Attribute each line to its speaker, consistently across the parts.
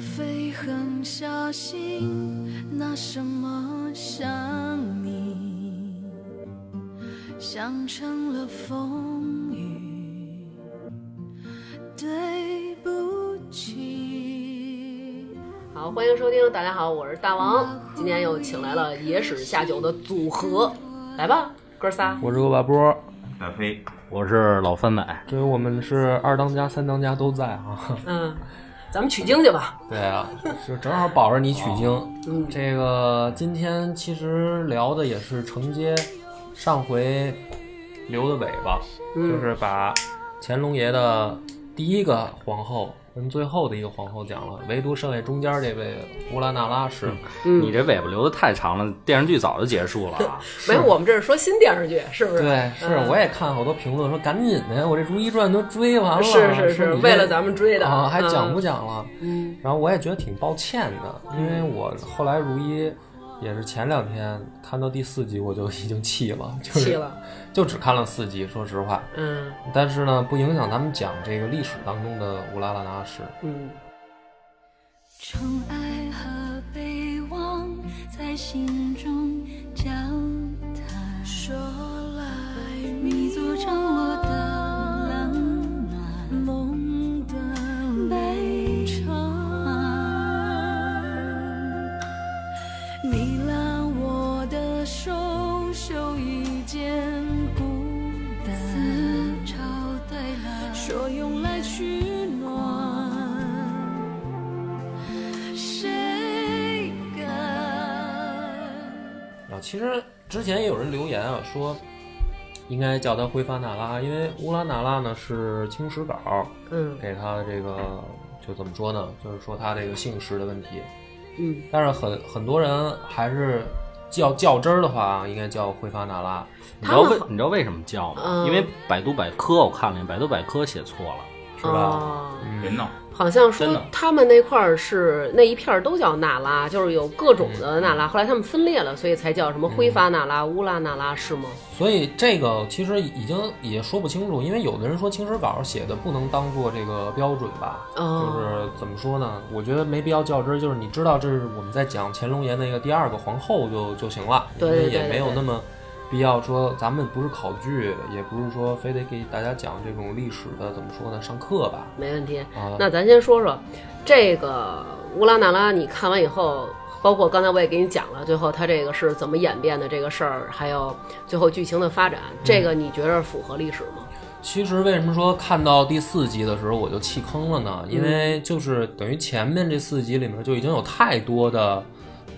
Speaker 1: 非很小心，拿什么想你？想成了风雨，对不起。
Speaker 2: 好，欢迎收听，大家好，我是大王，今天又请来了野史下酒的组合，来吧，哥仨，
Speaker 3: 我是恶霸波，
Speaker 4: 大飞，
Speaker 5: 我是老三奶，
Speaker 3: 所以我们是二当家、三当家都在啊。
Speaker 2: 嗯，咱们取经去吧，
Speaker 3: 对啊，就正好保着你取经。
Speaker 2: 嗯，
Speaker 3: 这个今天其实聊的也是承接上回留的尾巴，
Speaker 2: 嗯
Speaker 3: 就是把乾隆爷的第一个皇后跟最后的一个皇后讲了，唯独剩下中间这位乌拉那拉氏。
Speaker 2: 嗯
Speaker 5: 你这尾巴留的太长了，电视剧早就结束了 啊。
Speaker 2: 没有，我们这是说新电视剧，是不是？
Speaker 3: 对，是
Speaker 2: 嗯
Speaker 3: 我也看好多评论说赶紧的，我这《如懿传》都追完了，
Speaker 2: 是是
Speaker 3: 说
Speaker 2: 是，
Speaker 3: 你这
Speaker 2: 为了咱们追的
Speaker 3: 啊，还讲不
Speaker 2: 嗯
Speaker 3: 讲了？
Speaker 2: 嗯
Speaker 3: 然后我也觉得挺抱歉的，因为我后来如一也是前两天看到第四集我就已经 弃了，就是
Speaker 2: 气了，
Speaker 3: 就只看了四集，说实话。
Speaker 2: 嗯
Speaker 3: 但是呢，不影响咱们讲这个历史当中的乌拉拉那氏。
Speaker 2: 嗯，
Speaker 1: 宠爱和被忘在心中交谈，说来你阻挡我的冷暖，梦的悲怆。你拉我的手，手一件孤单，思潮带来，说用来取暖。谁敢？
Speaker 3: 啊，其实之前也有人留言啊，说应该叫她灰发那拉，因为乌拉那拉呢是青史稿
Speaker 2: 嗯
Speaker 3: 给她的这个，就怎么说呢？就是说她这个姓氏的问题。
Speaker 2: 嗯，
Speaker 3: 但是很很多人还是较较真儿的话，应该叫灰发那拉。
Speaker 5: 你知道
Speaker 2: 他
Speaker 5: 为
Speaker 2: 们好
Speaker 5: 你知道为什么叫吗？
Speaker 2: 嗯
Speaker 5: 因为百度百科我看了，百度百科写错了。
Speaker 3: 是吧嗯
Speaker 2: 哦，
Speaker 4: 别闹，
Speaker 2: 好像
Speaker 5: 真
Speaker 2: 说
Speaker 5: 的
Speaker 2: 他们那块儿是那一片儿都叫那拉，就是有各种
Speaker 3: 嗯
Speaker 2: 的那拉，后来他们分裂了，所以才叫什么灰发那拉、乌拉那拉，是吗？
Speaker 3: 所以这个其实已经也说不清楚，因为有的人说清史稿写的不能当做这个标准吧，就
Speaker 2: 哦，
Speaker 3: 是怎么说呢？我觉得没必要较真儿，就是你知道这是我们在讲乾隆爷那个第二个皇后就就行了，
Speaker 2: 对对对
Speaker 3: 因为也没有
Speaker 2: 对对
Speaker 3: 那么必要说咱们不是考据，也不是说非得给大家讲这种历史的怎么说呢上课吧。
Speaker 2: 没问题。
Speaker 3: 啊，
Speaker 2: 那咱先说说这个乌拉那拉，你看完以后，包括刚才我也给你讲了，最后它这个是怎么演变的这个事儿，还有最后剧情的发展，
Speaker 3: 嗯
Speaker 2: 这个你觉得符合历史吗？
Speaker 3: 其实为什么说看到第四集的时候我就弃坑了呢？因
Speaker 2: 嗯
Speaker 3: 为就是等于前面这四集里面就已经有太多的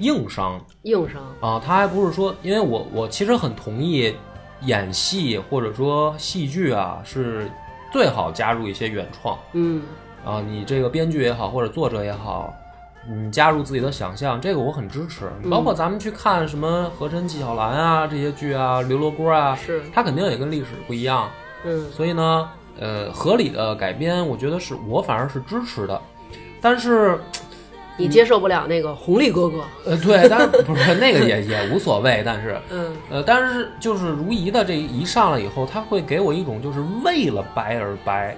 Speaker 3: 硬伤
Speaker 2: 硬伤，
Speaker 3: 啊，他还不是说，因为我我其实很同意演戏或者说戏剧啊是最好加入一些原创
Speaker 2: 嗯
Speaker 3: 啊，你这个编剧也好或者作者也好。嗯，加入自己的想象，这个我很支持。包括咱们去看什么和珅、纪晓岚啊这些剧啊，刘罗锅啊，
Speaker 2: 是
Speaker 3: 它肯定也跟历史不一样。
Speaker 2: 嗯
Speaker 3: 所以呢，呃，合理的改编，我觉得是我反而是支持的。但是，
Speaker 2: 你接受不了那个红利哥哥，
Speaker 3: 呃，对，但是不是那个也也无所谓。但是，
Speaker 2: 嗯
Speaker 3: 呃，但是就是如懿的这一上来以后，他会给我一种就是为了白而白，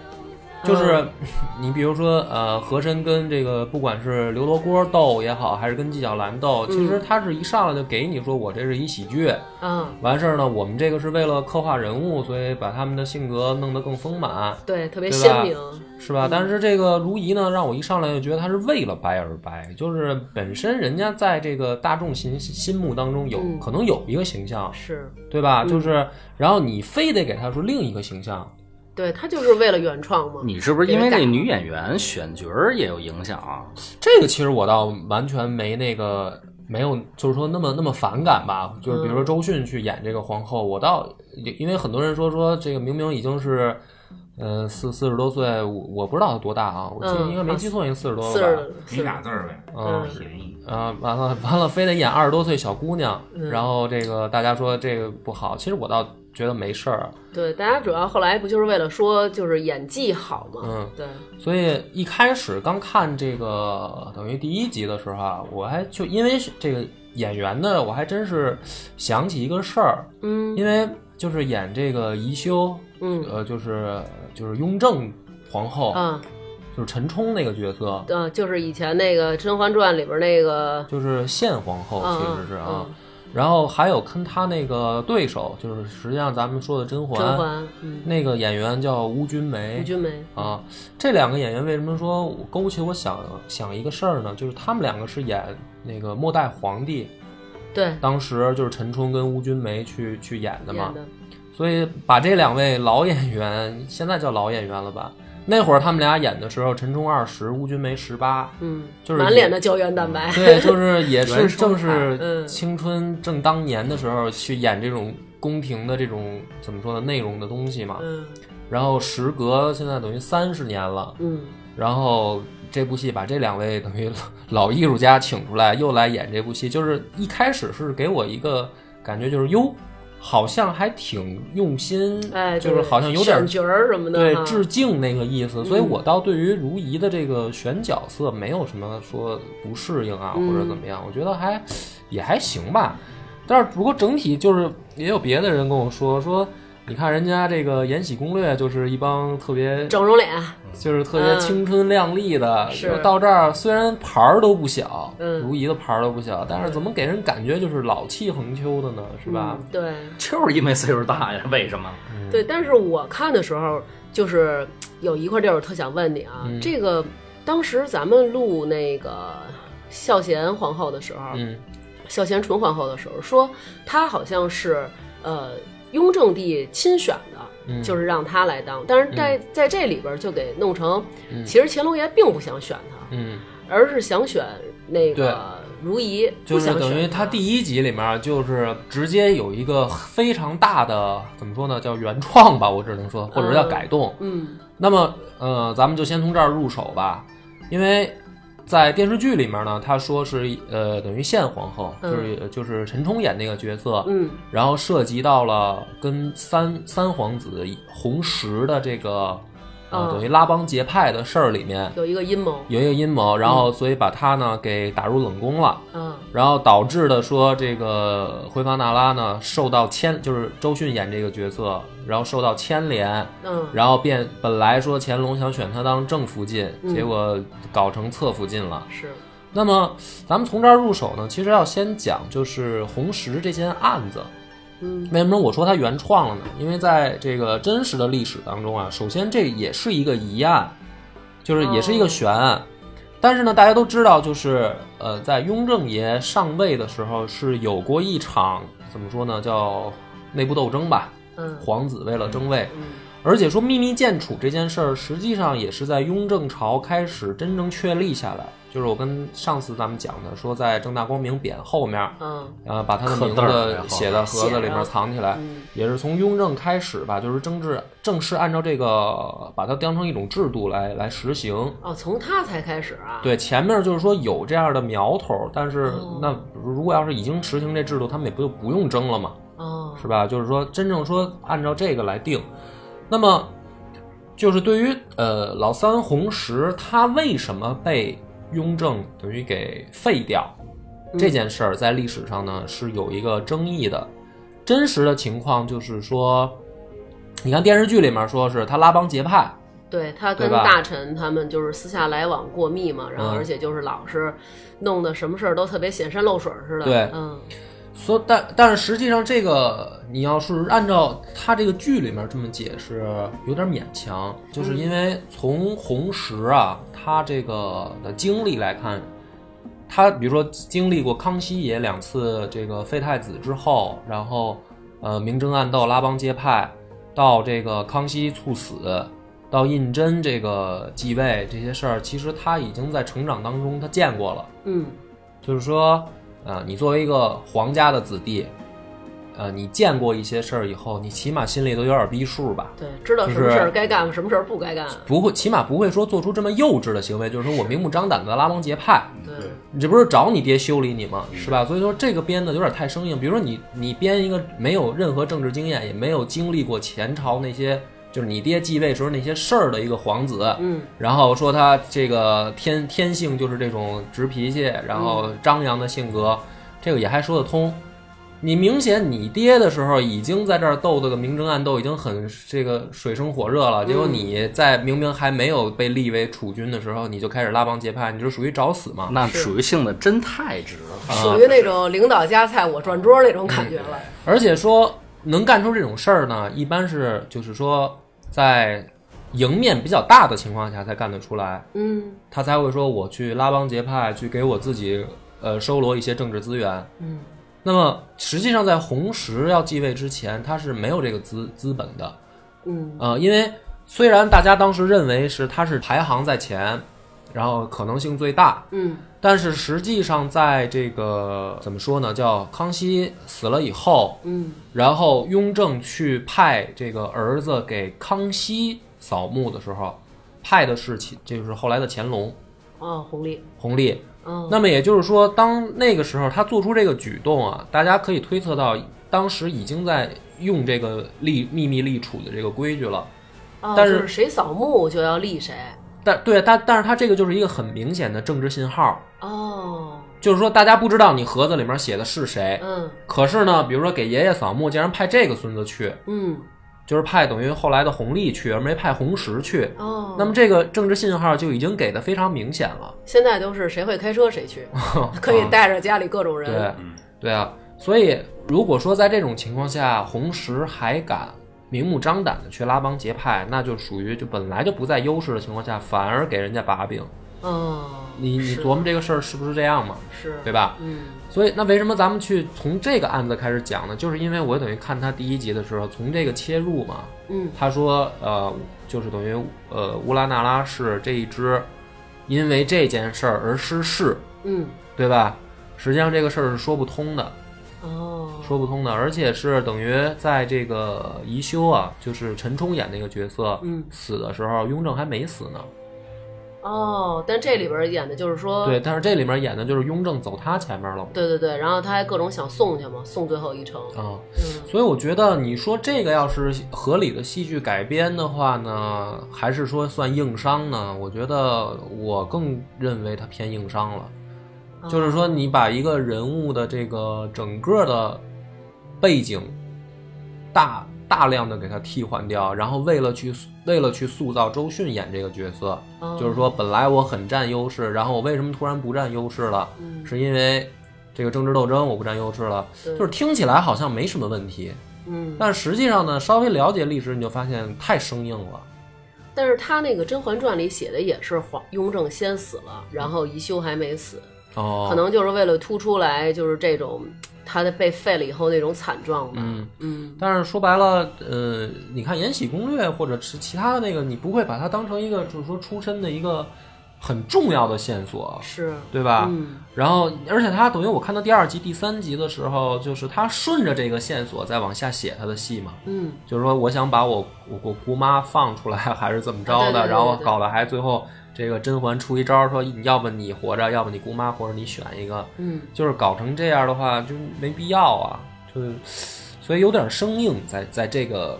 Speaker 3: 就是、
Speaker 2: 嗯
Speaker 3: 你比如说，呃，和珅跟这个不管是刘罗锅斗也好，还是跟纪晓岚斗，其
Speaker 2: 嗯
Speaker 3: 实他是一上来就给你说我这是一喜剧，
Speaker 2: 啊，
Speaker 3: 完事儿呢，我们这个是为了刻画人物，所以把他们的性格弄得更丰满。
Speaker 2: 对，特别
Speaker 3: 对
Speaker 2: 鲜
Speaker 3: 吧
Speaker 2: 明，
Speaker 3: 是吧？但是这个如懿呢，让我一上来就觉得她是为了白而白，就是本身人家在这个大众心心目当中有、
Speaker 2: 嗯
Speaker 3: 可能有一个形象，
Speaker 2: 是。
Speaker 3: 对吧？就是然后你非得给她说另一个形象，
Speaker 2: 对他就是为了原创嘛。
Speaker 5: 你是不是因为
Speaker 2: 给人
Speaker 5: 那
Speaker 2: 改
Speaker 5: 女演员选角儿也有影响啊？
Speaker 3: 这个其实我倒完全没那个没有，就是说那么那么反感吧。就是
Speaker 2: 嗯
Speaker 3: 比如说周迅去演这个皇后，我倒因为很多人说说这个明明已经是。呃，四四十多岁，我我不知道她多大啊，我记得
Speaker 2: 嗯
Speaker 3: 应该没记错，应该四十多了吧。
Speaker 2: 四十
Speaker 4: 你
Speaker 2: 四
Speaker 4: 俩
Speaker 2: 十，
Speaker 4: 字儿呗，
Speaker 3: 嗯，
Speaker 4: 便宜。
Speaker 3: 啊，完了完了，非得演二十多岁小姑娘，
Speaker 2: 嗯
Speaker 3: 然后这个大家说这个不好，其实我倒觉得没事儿，
Speaker 2: 对，大家主要后来不就是为了说就是演技好嘛？
Speaker 3: 嗯
Speaker 2: 对，
Speaker 3: 所以一开始刚看这个等于第一集的时候啊，我还就因为是这个演员呢，我还真是想起一个事儿，
Speaker 2: 嗯
Speaker 3: 因为就是演这个宜修，
Speaker 2: 嗯
Speaker 3: 呃，就是就是雍正皇后，
Speaker 2: 嗯
Speaker 3: 就是陈冲那个角色，
Speaker 2: 呃，就是以前那个《甄嬛传》里边那个，
Speaker 3: 就是宪皇后
Speaker 2: 嗯
Speaker 3: 其实是啊。
Speaker 2: 嗯
Speaker 3: 然后还有跟他那个对手，就是实际上咱们说的甄嬛，
Speaker 2: 甄嬛，嗯，
Speaker 3: 那个演员叫邬君梅
Speaker 2: 吴。君梅，
Speaker 3: 啊，这两个演员为什么说我勾起我想想一个事儿呢？就是他们两个是演那个末代皇帝，
Speaker 2: 对，
Speaker 3: 当时就是陈冲跟邬君梅去去演的嘛。
Speaker 2: 演的，
Speaker 3: 所以把这两位老演员，现在叫老演员了吧？那会儿他们俩演的时候，陈冲二十，邬君梅十八，
Speaker 2: 嗯，
Speaker 3: 就是
Speaker 2: 满脸的胶原蛋白，
Speaker 3: 对，就是也是
Speaker 5: 原生
Speaker 3: 正
Speaker 5: 态
Speaker 3: 是
Speaker 2: 嗯
Speaker 3: 青春正当年的时候去演这种宫廷的这种怎么说呢内容的东西嘛。
Speaker 2: 嗯
Speaker 3: 然后时隔现在等于三十年了，
Speaker 2: 嗯，
Speaker 3: 然后这部戏把这两位等于老艺术家请出来，又来演这部戏，就是一开始是给我一个感觉就是哟，好像还挺用心，
Speaker 2: 哎，
Speaker 3: 就是好像有点
Speaker 2: 选角儿什么的，
Speaker 3: 对
Speaker 2: 哈嗯
Speaker 3: 致敬那个意思，所以我倒对于如懿的这个选角色没有什么说不适应啊，
Speaker 2: 嗯
Speaker 3: 或者怎么样，我觉得还也还行吧。但是不过整体就是也有别的人跟我说说，你看人家这个《延禧攻略》就是一帮特别
Speaker 2: 整容脸，
Speaker 3: 就是特别青春靓丽的，
Speaker 2: 嗯是
Speaker 3: 说到这儿虽然牌儿都不小，
Speaker 2: 嗯
Speaker 3: 如懿的牌儿都不小，但是怎么给人感觉就是老气横秋的呢？是吧？
Speaker 2: 嗯对，
Speaker 5: 就是因为岁数大呀，为什么？
Speaker 3: 嗯
Speaker 2: 对，但是我看的时候，就是有一块地儿我特想问你啊，
Speaker 3: 嗯
Speaker 2: 这个当时咱们录那个孝贤皇后的时候，
Speaker 3: 嗯
Speaker 2: 孝贤纯皇后的时候，说她好像是呃雍正帝亲选的，
Speaker 3: 嗯，
Speaker 2: 就是是让她来当，但是在、在这里边就给弄成，其实乾隆爷并不想选她，
Speaker 3: 嗯，
Speaker 2: 而是想选那
Speaker 3: 对
Speaker 2: 个如懿，
Speaker 3: 就
Speaker 2: 不
Speaker 3: 是
Speaker 2: 想
Speaker 3: 等于
Speaker 2: 选
Speaker 3: 他第一集里面就是直接有一个非常大的怎么说呢，叫原创吧，我只能说，或者叫改动。
Speaker 2: 嗯
Speaker 3: 那么呃，咱们就先从这儿入手吧，因为。在电视剧里面呢，他说是呃，等于宪皇后，就
Speaker 2: 嗯
Speaker 3: 是呃就是陈冲演那个角色，
Speaker 2: 嗯
Speaker 3: 然后涉及到了跟三三皇子红石的这个呃
Speaker 2: 嗯
Speaker 3: 等于拉帮结派的事儿里面
Speaker 2: 有一个阴谋，
Speaker 3: 有一个阴谋，然后所以把他呢给打入冷宫了，
Speaker 2: 嗯
Speaker 3: 然后导致的说这个回防那拉呢受到牵，就是周迅演这个角色，然后受到牵连，
Speaker 2: 嗯
Speaker 3: 然后变本来说乾隆想选他当正福晋，
Speaker 2: 嗯
Speaker 3: 结果搞成侧福晋了。
Speaker 2: 是
Speaker 3: 那么咱们从这儿入手呢，其实要先讲就是红石这件案子。
Speaker 2: 嗯
Speaker 3: 为什么我说它原创了呢？因为在这个真实的历史当中啊，首先这也是一个疑案，就是也是一个悬案。但是呢，大家都知道，就是呃，在雍正爷上位的时候是有过一场怎么说呢，叫内部斗争吧，
Speaker 2: 嗯
Speaker 3: 皇子为了争位，
Speaker 2: 嗯
Speaker 3: 而且说秘密建储这件事儿，实际上也是在雍正朝开始真正确立下来。就是我跟上次咱们讲的，说在正大光明匾后面，
Speaker 2: 嗯
Speaker 3: 呃，把他的
Speaker 5: 刻
Speaker 3: 名
Speaker 5: 字儿
Speaker 3: 字
Speaker 5: 然后
Speaker 3: 写在盒子里面藏起来，
Speaker 2: 嗯
Speaker 3: 也是从雍正开始吧，就是政治正式按照这个把它当成一种制度来来实行。
Speaker 2: 哦，从他才开始啊？，
Speaker 3: 对，前面就是说有这样的苗头，但是
Speaker 2: 哦
Speaker 3: 那如果要是已经实行这制度，他们也不就不用争了嘛，
Speaker 2: 哦，
Speaker 3: 是吧？就是说真正说按照这个来定，那么就是对于呃老三红石他为什么被雍正等于给废掉这件事儿，在历史上呢是有一个争议的。真实的情况就是说，你看电视剧里面说是他拉帮结派，
Speaker 2: 对他跟
Speaker 3: 对吧
Speaker 2: 大臣他们就是私下来往过密嘛，然后
Speaker 3: 嗯
Speaker 2: 而且就是老是弄得什么事儿都特别显山露水似的。
Speaker 3: 对
Speaker 2: 嗯
Speaker 3: 所以但但是实际上这个你要是按照他这个剧里面这么解释，有点勉强，就是因为从红石啊他这个的经历来看，他比如说经历过康熙爷两次这个废太子之后，然后呃明争暗斗、拉帮结派，到这个康熙猝死，到胤禛这个继位这些事儿，其实他已经在成长当中他见过了。
Speaker 2: 嗯
Speaker 3: 就是说，呃，你作为一个皇家的子弟，呃，你见过一些事儿以后，你起码心里都有点逼数吧，
Speaker 2: 对，知道什么
Speaker 3: 就是
Speaker 2: 事儿该干，什么事儿不该干。
Speaker 3: 不会，起码不会说做出这么幼稚的行为，就是说我明目张胆的拉帮结派，
Speaker 2: 对，
Speaker 3: 你这不是找你爹修理你吗？是吧？所以说这个编的有点太生硬。比如说你你编一个没有任何政治经验，也没有经历过前朝那些。就是你爹继位时候那些事儿的一个皇子，
Speaker 2: 嗯
Speaker 3: 然后说他这个天天性就是这种直脾气，然后张扬的性格，这个也还说得通。你明显你爹的时候已经在这儿斗的个明争暗斗，已经很这个水深火热了。结果你在明明还没有被立为储君的时候，你就开始拉帮结派，你就属于找死嘛。
Speaker 5: 那属于性的真太直
Speaker 3: 啊
Speaker 5: 了。
Speaker 2: 属于那种领导夹菜我转桌那种
Speaker 3: 嗯
Speaker 2: 感觉了。
Speaker 3: 而且说能干出这种事儿呢，一般是就是说在赢面比较大的情况下才干得出来，
Speaker 2: 嗯
Speaker 3: 他才会说我去拉帮结派，去给我自己呃收罗一些政治资源。
Speaker 2: 嗯，
Speaker 3: 那么实际上在红石要继位之前，他是没有这个资资本的。
Speaker 2: 嗯，
Speaker 3: 呃，因为虽然大家当时认为是他是排行在前，然后可能性最大，
Speaker 2: 嗯，
Speaker 3: 但是实际上在这个怎么说呢，叫康熙死了以后，
Speaker 2: 嗯，
Speaker 3: 然后雍正去派这个儿子给康熙扫墓的时候，派的是乾就是后来的乾隆
Speaker 2: 哦，红利，
Speaker 3: 弘历。
Speaker 2: 哦，
Speaker 3: 那么也就是说，当那个时候他做出这个举动啊，大家可以推测到，当时已经在用这个立秘密立储的这个规矩了。
Speaker 2: 哦
Speaker 3: 但
Speaker 2: 就是是谁扫墓就要立谁。
Speaker 3: 但对他，但是他这个就是一个很明显的政治信号，
Speaker 2: 哦，
Speaker 3: 就是说大家不知道你盒子里面写的是谁，
Speaker 2: 嗯
Speaker 3: 可是呢，比如说给爷爷扫墓，竟然派这个孙子去，
Speaker 2: 嗯，
Speaker 3: 就是派等于后来的弘历去，而没派弘时去。
Speaker 2: 哦，
Speaker 3: 那么这个政治信号就已经给的非常明显了，
Speaker 2: 现在都是谁会开车谁 去，可以带着家里各种人。
Speaker 3: 哦对，对啊。所以如果说在这种情况下，弘时还敢明目张胆的去拉帮结派，那就属于就本来就不在优势的情况下，反而给人家把柄。
Speaker 2: 哦，
Speaker 3: 你你
Speaker 2: 是
Speaker 3: 琢磨这个事儿是不是这样嘛？
Speaker 2: 是，
Speaker 3: 对吧？
Speaker 2: 嗯
Speaker 3: 所以，那为什么咱们去从这个案子开始讲呢？就是因为我等于看他第一集的时候，从这个切入嘛。
Speaker 2: 嗯
Speaker 3: 他说，呃，就是等于呃，乌拉那拉氏这一支，因为这件事儿而失势，
Speaker 2: 嗯，
Speaker 3: 对吧？实际上这个事儿是说不通的，
Speaker 2: 哦，
Speaker 3: 说不通的，而且是等于在这个宜修啊，就是陈冲演那个角色，
Speaker 2: 嗯
Speaker 3: 死的时候，雍正还没死呢。
Speaker 2: 哦，但这里边演的就是说，
Speaker 3: 对，但是这里面演的就是雍正走他前面了嘛。
Speaker 2: 对对对，然后他还各种想送去嘛，送最后一程。
Speaker 3: 啊、
Speaker 2: 嗯
Speaker 3: 所以我觉得你说这个要是合理的戏剧改编的话呢，还是说算硬伤呢？我觉得我更认为它偏硬伤了。就是说，你把一个人物的这个整个的背景大大量的给他替换掉，然后为了去为了去塑造周迅演这个角色，
Speaker 2: 哦
Speaker 3: 就是说本来我很占优势，然后我为什么突然不占优势了？
Speaker 2: 嗯
Speaker 3: 是因为这个政治斗争我不占优势了，
Speaker 2: 对
Speaker 3: 就是听起来好像没什么问题，
Speaker 2: 嗯，
Speaker 3: 但实际上呢，稍微了解历史你就发现太生硬了。
Speaker 2: 但是他那个《甄嬛传》里写的也是皇雍正先死了，然后宜修还没死，
Speaker 3: 嗯哦，
Speaker 2: 可能就是为了突出来就是这种他的被废了以后那种惨状吧。
Speaker 3: 嗯。
Speaker 2: 嗯
Speaker 3: 但是说白了，呃，你看《延禧攻略》或者是其他的那个，你不会把它当成一个就是说出身的一个很重要的线索，
Speaker 2: 是，
Speaker 3: 对吧？
Speaker 2: 嗯
Speaker 3: 然后，而且他等于我看到第二集、第三集的时候，就是他顺着这个线索再往下写他的戏嘛，
Speaker 2: 嗯
Speaker 3: 就是说我想把我我我姑妈放出来， 还是怎么着的，
Speaker 2: 啊对对对对
Speaker 3: 然后搞得还最后这个甄嬛出一招说，你要不你活着，要不你姑妈活着，你选一个，
Speaker 2: 嗯，
Speaker 3: 就是搞成这样的话就没必要啊，就是所以有点生硬在，在这个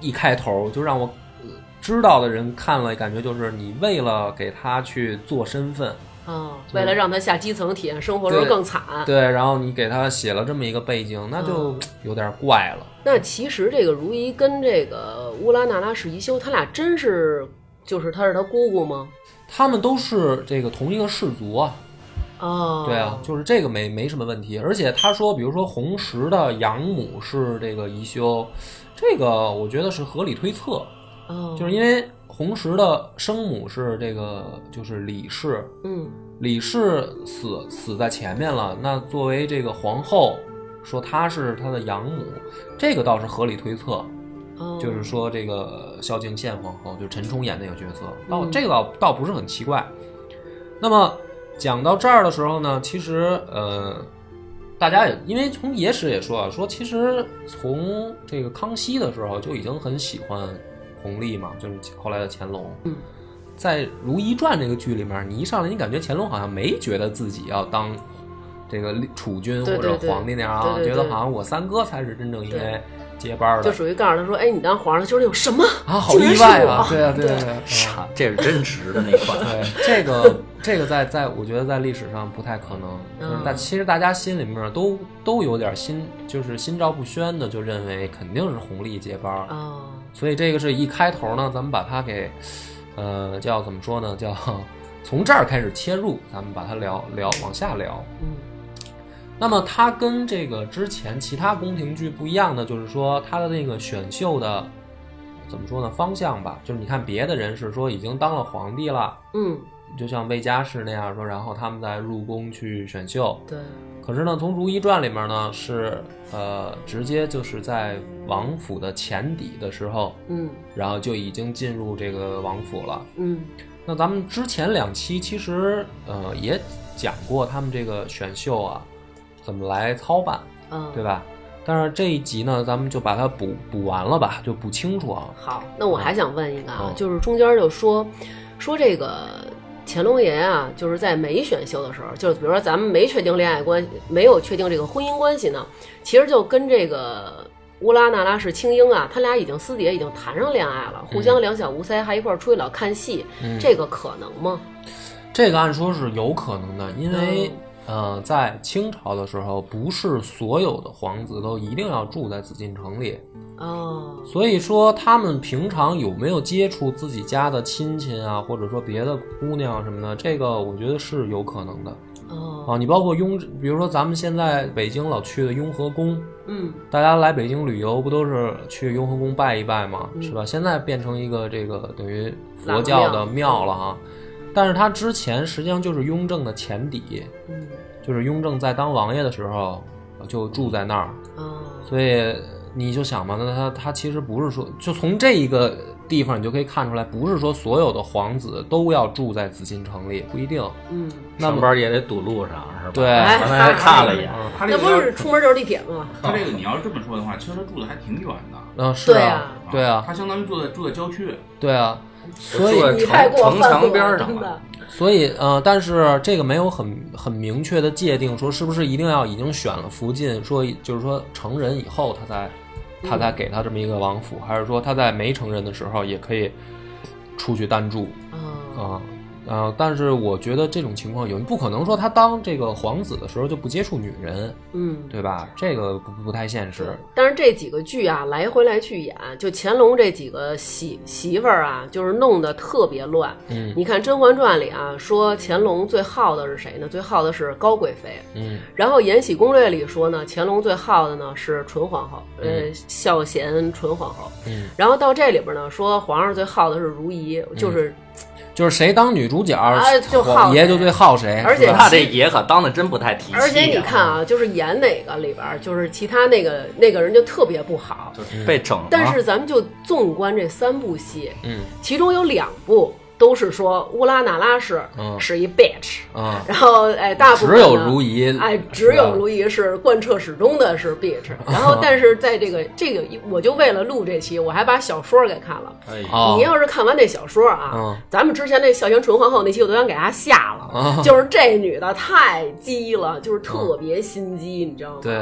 Speaker 3: 一开头就让我呃知道的人看了感觉就是你为了给他去做身份，
Speaker 2: 哦，为了让他下基层体验生活时候
Speaker 3: 对
Speaker 2: 更惨。
Speaker 3: 对，然后你给他写了这么一个背景，那就
Speaker 2: 嗯
Speaker 3: 有点怪了。
Speaker 2: 那其实这个如懿跟这个乌拉那拉氏宜修，他俩真是就是他是他姑姑吗？
Speaker 3: 他们都是这个同一个氏族啊，
Speaker 2: 哦，
Speaker 3: 对啊，就是这个没没什么问题。而且他说，比如说红石的养母是这个宜修，这个我觉得是合理推测，
Speaker 2: 哦，
Speaker 3: 啊就是因为红石的生母是这个就是李氏，
Speaker 2: 嗯
Speaker 3: 李氏死死在前面了，那作为这个皇后，说她是她的养母，这个倒是合理推测。
Speaker 2: 哦，
Speaker 3: 就是说这个萧敬宪皇后，就是陈冲演那个角色，倒、
Speaker 2: 嗯
Speaker 3: 这个倒倒不是很奇怪。那么讲到这儿的时候呢，其实呃，大家也因为从野史也说啊，说其实从这个康熙的时候就已经很喜欢弘历嘛，就是后来的乾隆。
Speaker 2: 嗯。
Speaker 3: 在《如懿传》这个剧里面，你一上来，你感觉乾隆好像没觉得自己要当这个储君
Speaker 2: 对
Speaker 3: 或者
Speaker 2: 对对
Speaker 3: 皇帝那样啊，
Speaker 2: 对对
Speaker 3: 觉得
Speaker 2: 对
Speaker 3: 好像我三哥才是真正应
Speaker 2: 对
Speaker 3: 该接班儿的
Speaker 2: 就。属于告诉他说，哎，你当皇上就是那种什么
Speaker 3: 啊，好意外啊！
Speaker 2: 竟
Speaker 3: 对啊，
Speaker 2: 然是我
Speaker 3: 对啊对啊，
Speaker 5: 这是真直的那款。
Speaker 3: 对这个这个在在我觉得在历史上不太可能，
Speaker 2: 嗯
Speaker 3: 就是大其实大家心里面都都有点心就是心照不宣的，就认为肯定是弘历接班儿，
Speaker 2: 哦，
Speaker 3: 所以这个是一开头呢，咱们把它给呃叫怎么说呢？叫 从这儿开始切入，咱们把它聊聊往下聊。
Speaker 2: 嗯
Speaker 3: 那么它跟这个之前其他宫廷剧不一样的，就是说它的那个选秀的怎么说呢方向吧，就是你看别的人是说已经当了皇帝了，
Speaker 2: 嗯，
Speaker 3: 就像魏佳氏那样说，然后他们再入宫去选秀。
Speaker 2: 对，
Speaker 3: 可是呢，从《如懿传》里面呢是呃直接就是在王府的前底的时候，
Speaker 2: 嗯
Speaker 3: 然后就已经进入这个王府了。
Speaker 2: 嗯
Speaker 3: 那咱们之前两期其实呃也讲过他们这个选秀啊怎么来操办。
Speaker 2: 嗯，
Speaker 3: 对？吧？但是这一集呢，咱们就把它补补完了吧，就补清楚啊。
Speaker 2: 好，那我还想问一个啊
Speaker 3: 嗯，
Speaker 2: 就是中间就说说这个乾隆爷啊，就是在没选秀的时候，就是比如说咱们没确定恋爱关系，没有确定这个婚姻关系呢，其实就跟这个乌拉那拉氏青樱啊，他俩已经私底下已经谈上恋爱了，互相两小无猜，还一块儿出去老看戏，
Speaker 3: 嗯
Speaker 2: 这个可能吗？
Speaker 3: 这个按说是有可能的，因为、呃，在清朝的时候，不是所有的皇子都一定要住在紫禁城里，
Speaker 2: 哦，
Speaker 3: 所以说他们平常有没有接触自己家的亲戚啊，或者说别的姑娘啊什么的，这个我觉得是有可能的
Speaker 2: 哦，
Speaker 3: 啊。你包括雍，比如说咱们现在北京老去的雍和宫，
Speaker 2: 嗯，
Speaker 3: 大家来北京旅游不都是去雍和宫拜一拜吗？
Speaker 2: 嗯
Speaker 3: 是吧？现在变成一个这个等于佛教的庙了啊。但是它之前实际上就是雍正的前底，
Speaker 2: 嗯，
Speaker 3: 就是雍正在当王爷的时候呃就住在那儿，
Speaker 2: 哦，
Speaker 3: 所以你就想嘛，那他他其实不是说，就从这一个地方你就可以看出来，不是说所有的皇子都要住在紫禁城里，不一定。
Speaker 2: 嗯，
Speaker 3: 那
Speaker 5: 上
Speaker 3: 么
Speaker 5: 班也得堵路上是吧？
Speaker 3: 对
Speaker 2: 哎
Speaker 5: 刚才还看了一眼，
Speaker 3: 嗯
Speaker 4: 他这
Speaker 2: 那
Speaker 4: 个
Speaker 2: 不是出门就是地铁吗？
Speaker 4: 他这个你要是这么说的话，其实他住的还挺远的，
Speaker 3: 嗯、是
Speaker 2: 对
Speaker 3: 啊
Speaker 2: 啊，
Speaker 3: 对啊，
Speaker 4: 他相当于住在住在郊区，
Speaker 3: 对啊，所以
Speaker 5: 住在
Speaker 2: 你太
Speaker 5: 城
Speaker 2: 过
Speaker 5: 城
Speaker 2: 分了，
Speaker 5: 墙边上
Speaker 2: 真
Speaker 5: 了。
Speaker 2: 的，
Speaker 3: 所以，呃，但是这个没有很很明确的界定，说是不是一定要已经选了福晋，说就是说成人以后他才他
Speaker 2: 嗯
Speaker 3: 才给他这么一个王府，还是说他在没成人的时候也可以出去单住
Speaker 2: 哦，
Speaker 3: 啊？呃，但是我觉得这种情况有，不可能说他当这个皇子的时候就不接触女人，
Speaker 2: 嗯。
Speaker 3: 对吧？这个不不太现实。
Speaker 2: 但是这几个剧啊，来回来去演，就乾隆这几个媳媳妇儿啊，就是弄得特别乱。
Speaker 3: 嗯
Speaker 2: 你看《甄嬛传》里啊，说乾隆最好的是谁呢？最好的是高贵妃。
Speaker 3: 嗯
Speaker 2: 然后《延禧攻略》里说呢，乾隆最好的呢是纯皇后，呃，孝贤纯皇后。
Speaker 3: 嗯，
Speaker 2: 然后到这里边呢，说皇上最好的是如懿，就是、
Speaker 3: 就是谁当女主角，
Speaker 2: 哎嗯就好
Speaker 3: 爷
Speaker 2: 谁
Speaker 3: 就最好谁，
Speaker 2: 而且
Speaker 3: 是吧
Speaker 5: 那这爷可当的真不太提气、
Speaker 2: 而且你看，啊，就是演哪个里边儿，就是其他那个那个人就特别不好。
Speaker 5: 就是被整了。
Speaker 2: 但是咱们就纵观这三部戏，
Speaker 3: 嗯
Speaker 2: 其中有两部都是说乌拉那拉氏
Speaker 3: 嗯
Speaker 2: 是一 bitch，、
Speaker 3: 啊，
Speaker 2: 然后哎，大部分呢
Speaker 3: 只有如。懿，
Speaker 2: 哎，只有
Speaker 3: 是吧
Speaker 2: 如懿是贯彻始终的是 bitch，然 后但是在这个这个，我就为了录这期，我还把小说给看了。
Speaker 5: 哎呦，
Speaker 3: 哦
Speaker 2: 你要是看完这小说啊，
Speaker 3: 嗯
Speaker 2: 咱们之前那孝贤纯皇后那期，我都想给她下了，
Speaker 3: 啊
Speaker 2: 就是这女的太鸡了，就是特别心机，你知道吗？，
Speaker 3: 对，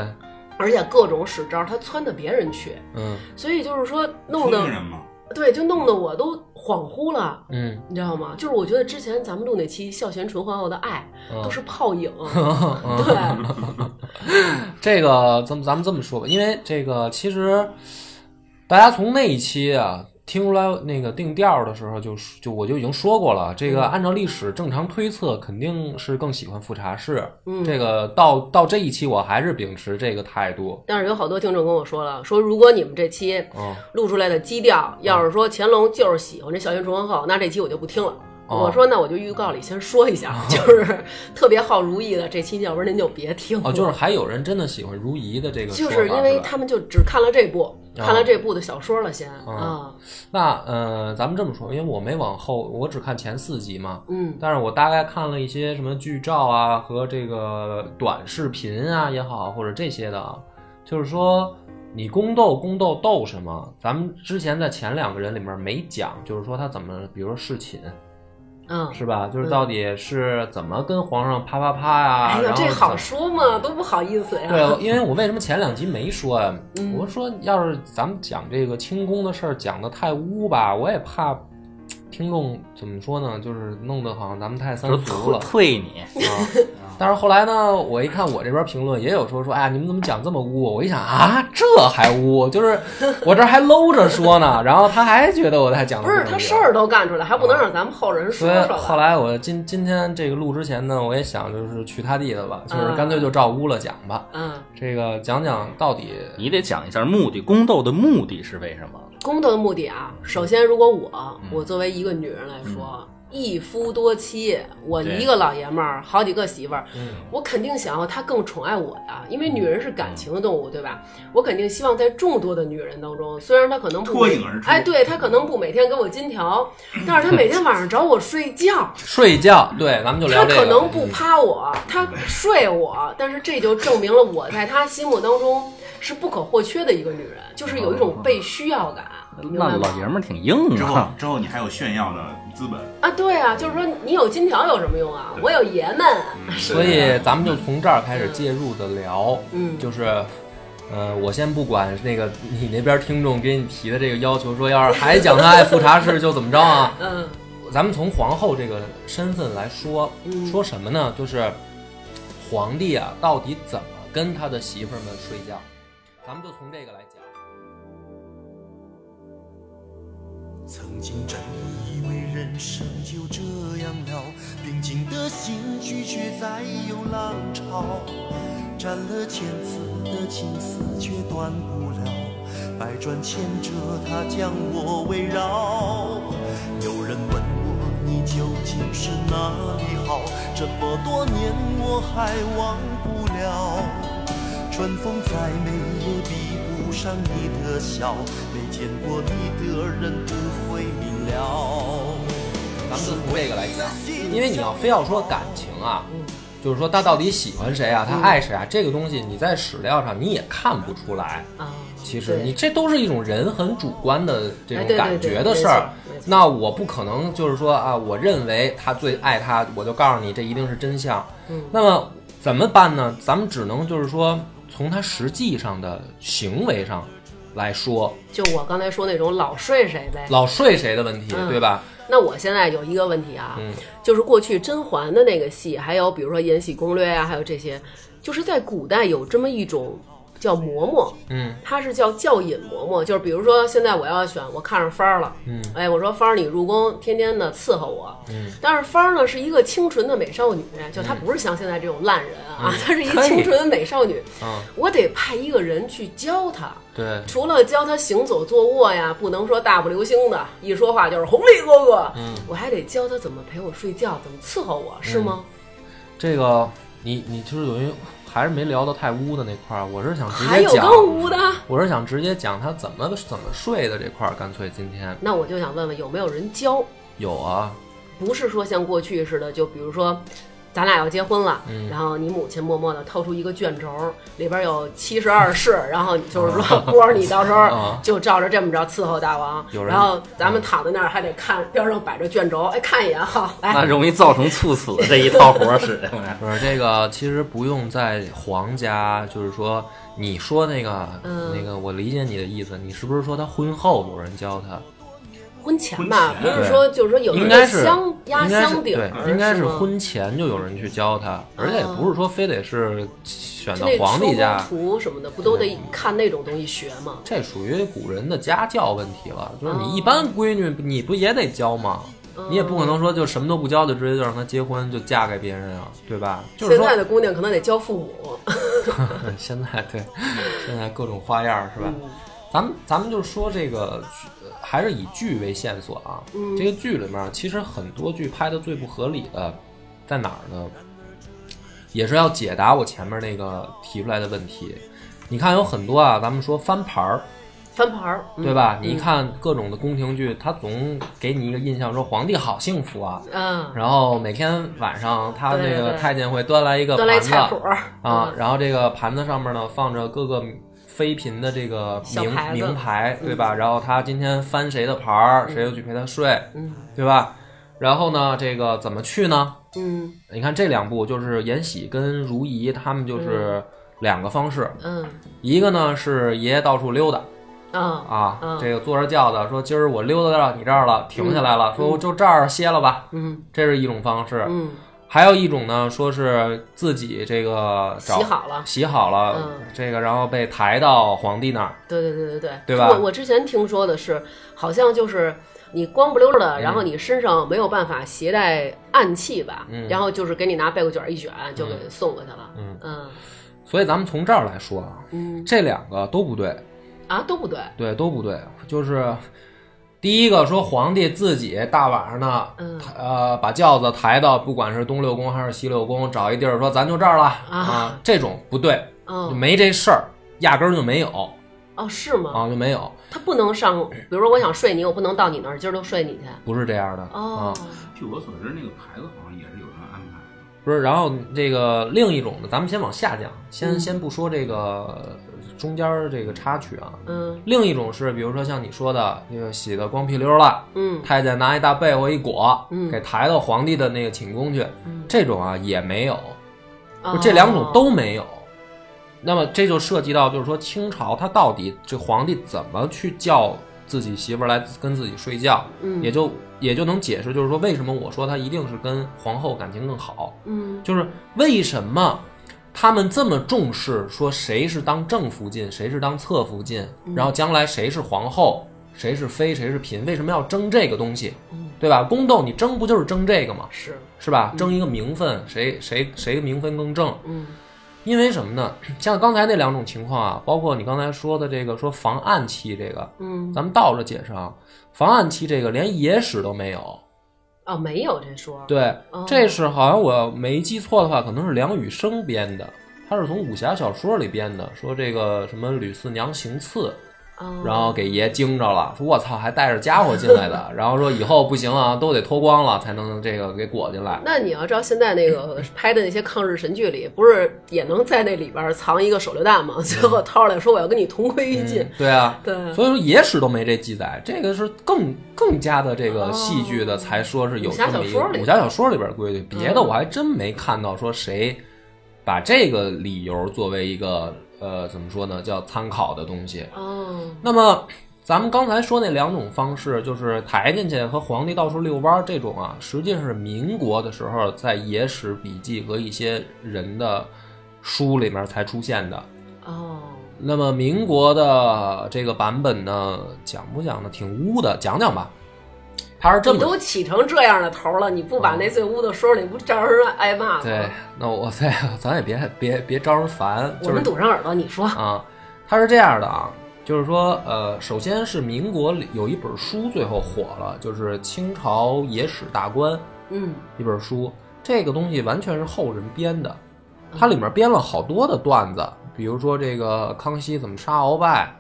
Speaker 2: 而且各种使招，她撺掇别人去，
Speaker 3: 嗯
Speaker 2: 所以就是说弄
Speaker 4: 聪
Speaker 2: 得
Speaker 4: 明人嘛。
Speaker 2: 对，就弄得我都恍惚了。
Speaker 3: 嗯，
Speaker 2: 你知道吗？就是我觉得之前咱们录那期《孝贤纯皇后的爱》
Speaker 3: 啊
Speaker 2: 都是泡 影，对，
Speaker 3: 这个咱们咱们这么说吧，因为这个其实大家从那一期啊听出来那个定调的时候就，就我就已经说过了，这个
Speaker 2: 嗯
Speaker 3: 按照历史正常推测，肯定是更喜欢富察氏。
Speaker 2: 嗯
Speaker 3: 这个到到这一期，我还是秉持这个态度。
Speaker 2: 但是有好多听众跟我说了，说如果你们这期
Speaker 3: 嗯，
Speaker 2: 录出来的基调要是说乾隆就是喜欢这孝贤纯皇后，那这期我就不听了。
Speaker 3: 哦
Speaker 2: 我说那我就预告里先说一 下，就是特别好如意的这期，要不然您就别听了。
Speaker 3: 哦，就是还有人真的喜欢如懿的这个说
Speaker 2: 就
Speaker 3: 法，
Speaker 2: 是因为
Speaker 3: 吧
Speaker 2: 他们就只看了这部，
Speaker 3: 啊
Speaker 2: 看了这部的小说了先
Speaker 3: 啊
Speaker 2: 啊，
Speaker 3: 那呃，咱们这么说，因为我没往后，我只看前四集嘛。
Speaker 2: 嗯
Speaker 3: 但是我大概看了一些什么剧照啊和这个短视频啊也好，或者这些的啊，就是说你宫斗宫斗斗什么？咱们之前在前两个人里面没讲，就是说他怎么，比如说侍寝
Speaker 2: 嗯，
Speaker 3: 是吧？就是到底是怎么跟皇上啪啪啪呀、
Speaker 2: 哎呦
Speaker 3: 然，后
Speaker 2: 这好
Speaker 3: 怎
Speaker 2: 说吗？都不好意思呀。
Speaker 3: 对，因为我为什么前两集没说呀、
Speaker 2: 嗯
Speaker 3: 我说要是咱们讲这个清宫的事儿讲的太污吧，我也怕。听众怎么说呢，就是弄得好像咱们太三
Speaker 5: 说
Speaker 3: 俗了
Speaker 5: 退。退你，
Speaker 3: 啊！但是后来呢，我一看我这边评论也有说说，哎呀，你们怎么讲这么污？我一想啊，这还污，就是 我这还搂着说呢，然后他还觉得我在讲得
Speaker 2: 不是
Speaker 3: 污
Speaker 2: 他事儿都干出来，还不能让咱们后人说
Speaker 3: 所以
Speaker 2: 说吧？
Speaker 3: 后来我今今天这个录之前呢，我也想就是去他地的吧，就是干脆就照污了讲吧。
Speaker 2: 嗯，
Speaker 3: 这个讲讲到底，
Speaker 5: 你得讲一下目的，宫斗的目的是为什么？
Speaker 2: 宫斗的目的啊，首先，如果我我作为一个女人来说，一夫多妻，我
Speaker 5: 对
Speaker 2: 一个老爷们儿，好几个媳妇儿，
Speaker 3: 嗯，
Speaker 2: 我肯定想要他更宠爱我呀，因为女人是感情的动物，对吧？我肯定希望在众多的女人当中，虽然她可能不
Speaker 4: 脱颖而出
Speaker 2: 哎，对她可能不每天给我金条，但是她每天晚上找我睡觉
Speaker 3: 睡觉，对，咱们就聊
Speaker 2: 她
Speaker 3: 这个。
Speaker 2: 可能
Speaker 3: 嗯
Speaker 2: 不趴我，她睡我，但是这就证明了我在她心目当中是不可或缺的一个女人，就是有一种被需要感。你明白
Speaker 5: 那
Speaker 2: 吗
Speaker 5: 老爷们儿挺硬
Speaker 4: 之后
Speaker 5: 啊，
Speaker 4: 之后你还有炫耀的资本，
Speaker 2: 啊，对啊，就是说你有金条有什么用啊？我有爷们啊，
Speaker 3: 所以咱们就从这儿开始介入的聊，
Speaker 2: 嗯
Speaker 3: 就是，呃，我先不管那个你那边听众给你提的这个要求，说要是还讲他爱富察氏就怎么着啊？
Speaker 2: 嗯
Speaker 3: 咱们从皇后这个身份来说，
Speaker 2: 嗯
Speaker 3: 说什么呢？就是皇帝啊，到底怎么跟他的媳妇儿们睡觉？咱们就从这个来讲。
Speaker 6: 曾经真以为人生就这样了，平静的心绪却在有浪潮。斩了千次的情丝却断不了，百转千折它将我围绕。有人问我你究竟是哪里好，这么多年我还忘不了。春风再美也比不上你的笑，没见过你的人不会明了。
Speaker 3: 咱们就从这个来讲，因为你要非要说感情啊，就是说他到底喜欢谁啊，他爱谁啊，这个东西你在史料上你也看不出来。
Speaker 2: 啊，
Speaker 3: 其实
Speaker 2: 对
Speaker 3: 你这都是一种人很主观的这
Speaker 2: 哎对
Speaker 3: 种
Speaker 2: 对
Speaker 3: 感
Speaker 2: 对
Speaker 3: 觉的
Speaker 2: 没
Speaker 3: 事儿
Speaker 2: 错没错。
Speaker 3: 那我不可能就是说啊，我认为他最爱他，我就告诉你这一定是真相。
Speaker 2: 嗯
Speaker 3: 那么怎么办呢？咱们只能就是说从他实际上的行为上来说，
Speaker 2: 就我刚才说那种老睡谁呗。
Speaker 3: 老睡谁的问题，
Speaker 2: 哎嗯
Speaker 3: 对吧？
Speaker 2: 那我现在有一个问题啊，就是过去甄嬛的那个戏，还有比如说《延禧攻略》啊，还有这些，就是在古代有这么一种叫嬷嬷，
Speaker 3: 嗯，
Speaker 2: 它是叫教引嬷嬷，就是比如说现在我要选，我看上芳儿了，嗯，哎，我说芳儿你入宫天天的伺候我，嗯，但是芳儿呢是一个清纯的美少女，就她不是像现在这种烂人啊，她是一个清纯的美少女，
Speaker 3: 嗯，
Speaker 2: 我得派一个人去教她。
Speaker 3: 对，
Speaker 2: 除了教他行走坐卧呀，不能说大步流星的，一说话就是红利哥哥。嗯，我还得教他怎么陪我睡觉，怎么伺候我，是吗？
Speaker 3: 嗯这个你你就是等于还是没聊到太污的那块儿，我是想直
Speaker 2: 还
Speaker 3: 接
Speaker 2: 有
Speaker 3: 讲，
Speaker 2: 更污的？
Speaker 3: 我是想直接讲他怎么怎么睡的这块儿，干脆今天
Speaker 2: 那我就想问问，有没有人教？
Speaker 3: 有啊，
Speaker 2: 不是说像过去似的，就比如说。咱俩要结婚了，
Speaker 3: 嗯
Speaker 2: 然后你母亲默默地掏出一个卷轴，里边有七十二 式，然后就是说波儿，你到时候
Speaker 3: 啊
Speaker 2: 就照着这么着伺候大王
Speaker 3: 有，人
Speaker 2: 然后咱们躺在那儿还得看边上摆着卷轴，哎，看一眼，好，来，
Speaker 5: 那容易造成猝死这一套活儿使啊的。
Speaker 3: 不是这个，其实不用在皇家，就是说你说那个、
Speaker 2: 嗯
Speaker 3: 那个，我理解你的意思，你是不是说他婚后有人教他？
Speaker 2: 婚前吧，
Speaker 4: 婚
Speaker 2: 不
Speaker 4: 前
Speaker 2: 是说就是说有一
Speaker 3: 应
Speaker 2: 个
Speaker 3: 该是
Speaker 2: 香压
Speaker 3: 应该是
Speaker 2: 箱底
Speaker 3: 对
Speaker 2: 儿，，
Speaker 3: 应该是
Speaker 2: 吗哦
Speaker 3: 婚前就有人去教他，而且也不是说非得是选
Speaker 2: 就
Speaker 3: 到
Speaker 2: 那
Speaker 3: 皇帝家。
Speaker 2: 出宫图什么的，不都得看那种东西学吗？
Speaker 3: 这属于古人的家教问题了，就是你
Speaker 2: 哦
Speaker 3: 一般闺女你不也得教吗？你也不可能说就什么都不教就直接就让她结婚就嫁给别人啊，对吧？就是
Speaker 2: 现
Speaker 3: 说
Speaker 2: 在的姑娘可能得教父母，
Speaker 3: 现在对，现在各种花样儿是吧？
Speaker 2: 嗯
Speaker 3: 咱们咱们就说这个，呃还是以剧为线索啊。
Speaker 2: 嗯
Speaker 3: 这个剧里面儿其实很多剧拍的最不合理的在哪儿呢？也是要解答我前面那个提出来的问题。你看有很多啊，咱们说翻牌儿，
Speaker 2: 翻牌儿，嗯
Speaker 3: 对？吧？你看各种的宫廷剧，它总给你一个印象说皇帝好幸福啊，
Speaker 2: 嗯，
Speaker 3: 然后每天晚上他
Speaker 2: 对
Speaker 3: 那个
Speaker 2: 对
Speaker 3: 太监会端来一个
Speaker 2: 端来
Speaker 3: 盘子
Speaker 2: 菜谱儿
Speaker 3: 啊，
Speaker 2: 嗯
Speaker 3: 然后这个盘子上面呢放着各个妃嫔的这个
Speaker 2: 小
Speaker 3: 名
Speaker 2: 牌子嗯
Speaker 3: 名牌，对吧？然后他今天翻谁的牌儿，谁就去陪他睡，对吧？然后呢，这个怎么去呢？
Speaker 2: 嗯
Speaker 3: 你看这两部就是延禧跟如懿，他们就是两个方式，
Speaker 2: 嗯
Speaker 3: 一个呢是爷爷到处溜达，
Speaker 2: 啊
Speaker 3: 啊
Speaker 2: 嗯，
Speaker 3: 这个坐着轿子说今儿我溜达到你这儿了，停下来了，说我就这儿歇了吧，
Speaker 2: 嗯
Speaker 3: 这是一种方式。
Speaker 2: 嗯，
Speaker 3: 还有一种呢，说是自己这个找
Speaker 2: 洗好了。
Speaker 3: 洗好了，
Speaker 2: 嗯
Speaker 3: 这个然后被抬到皇帝那儿，
Speaker 2: 对对对对对，
Speaker 3: 对吧
Speaker 2: 我我之前听说的是，好像就是你光不溜儿的，然后你身上没有办法携带暗器吧，
Speaker 3: 嗯
Speaker 2: 然后就是给你拿被褥卷儿一卷就给送过去了。
Speaker 3: 嗯
Speaker 2: 嗯
Speaker 3: 所以咱们从这儿来说啊，
Speaker 2: 嗯
Speaker 3: 这两个都不对，
Speaker 2: 啊都不对，
Speaker 3: 对，都不对，就是第一个说皇帝自己大晚上呢，
Speaker 2: 嗯
Speaker 3: 抬呃，把轿子抬到不管是东六宫还是西六宫，找一地儿说咱就这儿了啊，这种不对，就
Speaker 2: 哦
Speaker 3: 没这事儿，压根儿就没有
Speaker 2: 哦是吗？
Speaker 3: 啊，就没有，
Speaker 2: 他不能上，比如说我想睡你，我不能到你那儿，今儿就睡你去。
Speaker 3: 不是这样的
Speaker 2: 哦
Speaker 3: 啊，，
Speaker 4: 据我所知，那个牌子好像也是有人安排
Speaker 2: 啊
Speaker 4: 的。
Speaker 3: 不是。然后这个另一种呢，咱们先往下讲，先、
Speaker 2: 嗯
Speaker 3: 先不说这个中间儿这个插曲啊。
Speaker 2: 嗯
Speaker 3: 另一种是，比如说像你说的，那个洗的光屁溜儿了，
Speaker 2: 嗯
Speaker 3: 太监拿一大被窝一裹，
Speaker 2: 嗯
Speaker 3: 给抬到皇帝的那个寝宫去，
Speaker 2: 嗯
Speaker 3: 这种啊也没有，
Speaker 2: 哦
Speaker 3: 就这两种都没有。那么这就涉及到，就是说清朝他到底这皇帝怎么去叫自己媳妇儿来跟自己睡觉，
Speaker 2: 嗯
Speaker 3: 也就也就能解释，就是说为什么我说他一定是跟皇后感情更好，
Speaker 2: 嗯
Speaker 3: 就是为什么他们这么重视说谁是当正福晋，谁是当侧福晋，然后将来谁是皇后，谁是妃，谁是嫔，为什么要争这个东西
Speaker 2: 嗯，
Speaker 3: 对吧？宫斗你争不就是争这个吗？
Speaker 2: 是
Speaker 3: 是吧？争一个名分，谁谁谁名分更正？
Speaker 2: 嗯
Speaker 3: 因为什么呢？像刚才那两种情况啊，包括你刚才说的这个说防暗器这个，
Speaker 2: 嗯
Speaker 3: 咱们倒着解释啊，防暗器这个连野史都没有，
Speaker 2: 哦没有这说
Speaker 3: 对
Speaker 2: 哦，
Speaker 3: 这是好像我没记错的话，可能是梁羽生编的，他是从武侠小说里编的，说这个什么吕四娘行刺，
Speaker 2: 哦
Speaker 3: 然后给爷惊着了，说我操，还带着家伙进来的， 然后说以后不行啊，都得脱光了才能这个给裹进来。
Speaker 2: 那你要照现在那个拍的那些抗日神剧里，不是也能在那里边儿藏一个手榴弹吗？ 最后掏出来说我要跟你同归于尽
Speaker 3: 嗯。对啊，
Speaker 2: 对
Speaker 3: 所以说野史都没这记载，这个是更更加的这个戏剧的，
Speaker 2: 哦
Speaker 3: 才说是有这么一个
Speaker 2: 武侠小说里
Speaker 3: 武侠小说里边规矩，别的
Speaker 2: 嗯
Speaker 3: 我还真没看到说谁把这个理由作为一个呃怎么说呢，叫参考的东西。
Speaker 2: 哦，
Speaker 3: 那么咱们刚才说那两种方式，就是抬进去和皇帝到处遛弯儿这种啊，实际上是民国的时候在野史笔记和一些人的书里面才出现的。
Speaker 2: 哦，
Speaker 3: 那么民国的这个版本呢，讲不讲呢？挺污的，讲讲吧。他是这
Speaker 2: 你
Speaker 3: 么嗯
Speaker 2: 都起成这样的头了，你不把那最污的说出来，你不招人挨骂吗？
Speaker 3: 对，那我再 咱也别别别招人烦，
Speaker 2: 我
Speaker 3: 就是
Speaker 2: 们堵上耳朵，你说
Speaker 3: 啊，他是这样的啊，就是说呃，首先是民国里有一本书最后火了，就是《清朝野史大观》
Speaker 2: 嗯
Speaker 3: 一本书，这个东西完全是后人编的，它里面编了好多的段子，比如说这个康熙怎么杀鳌拜，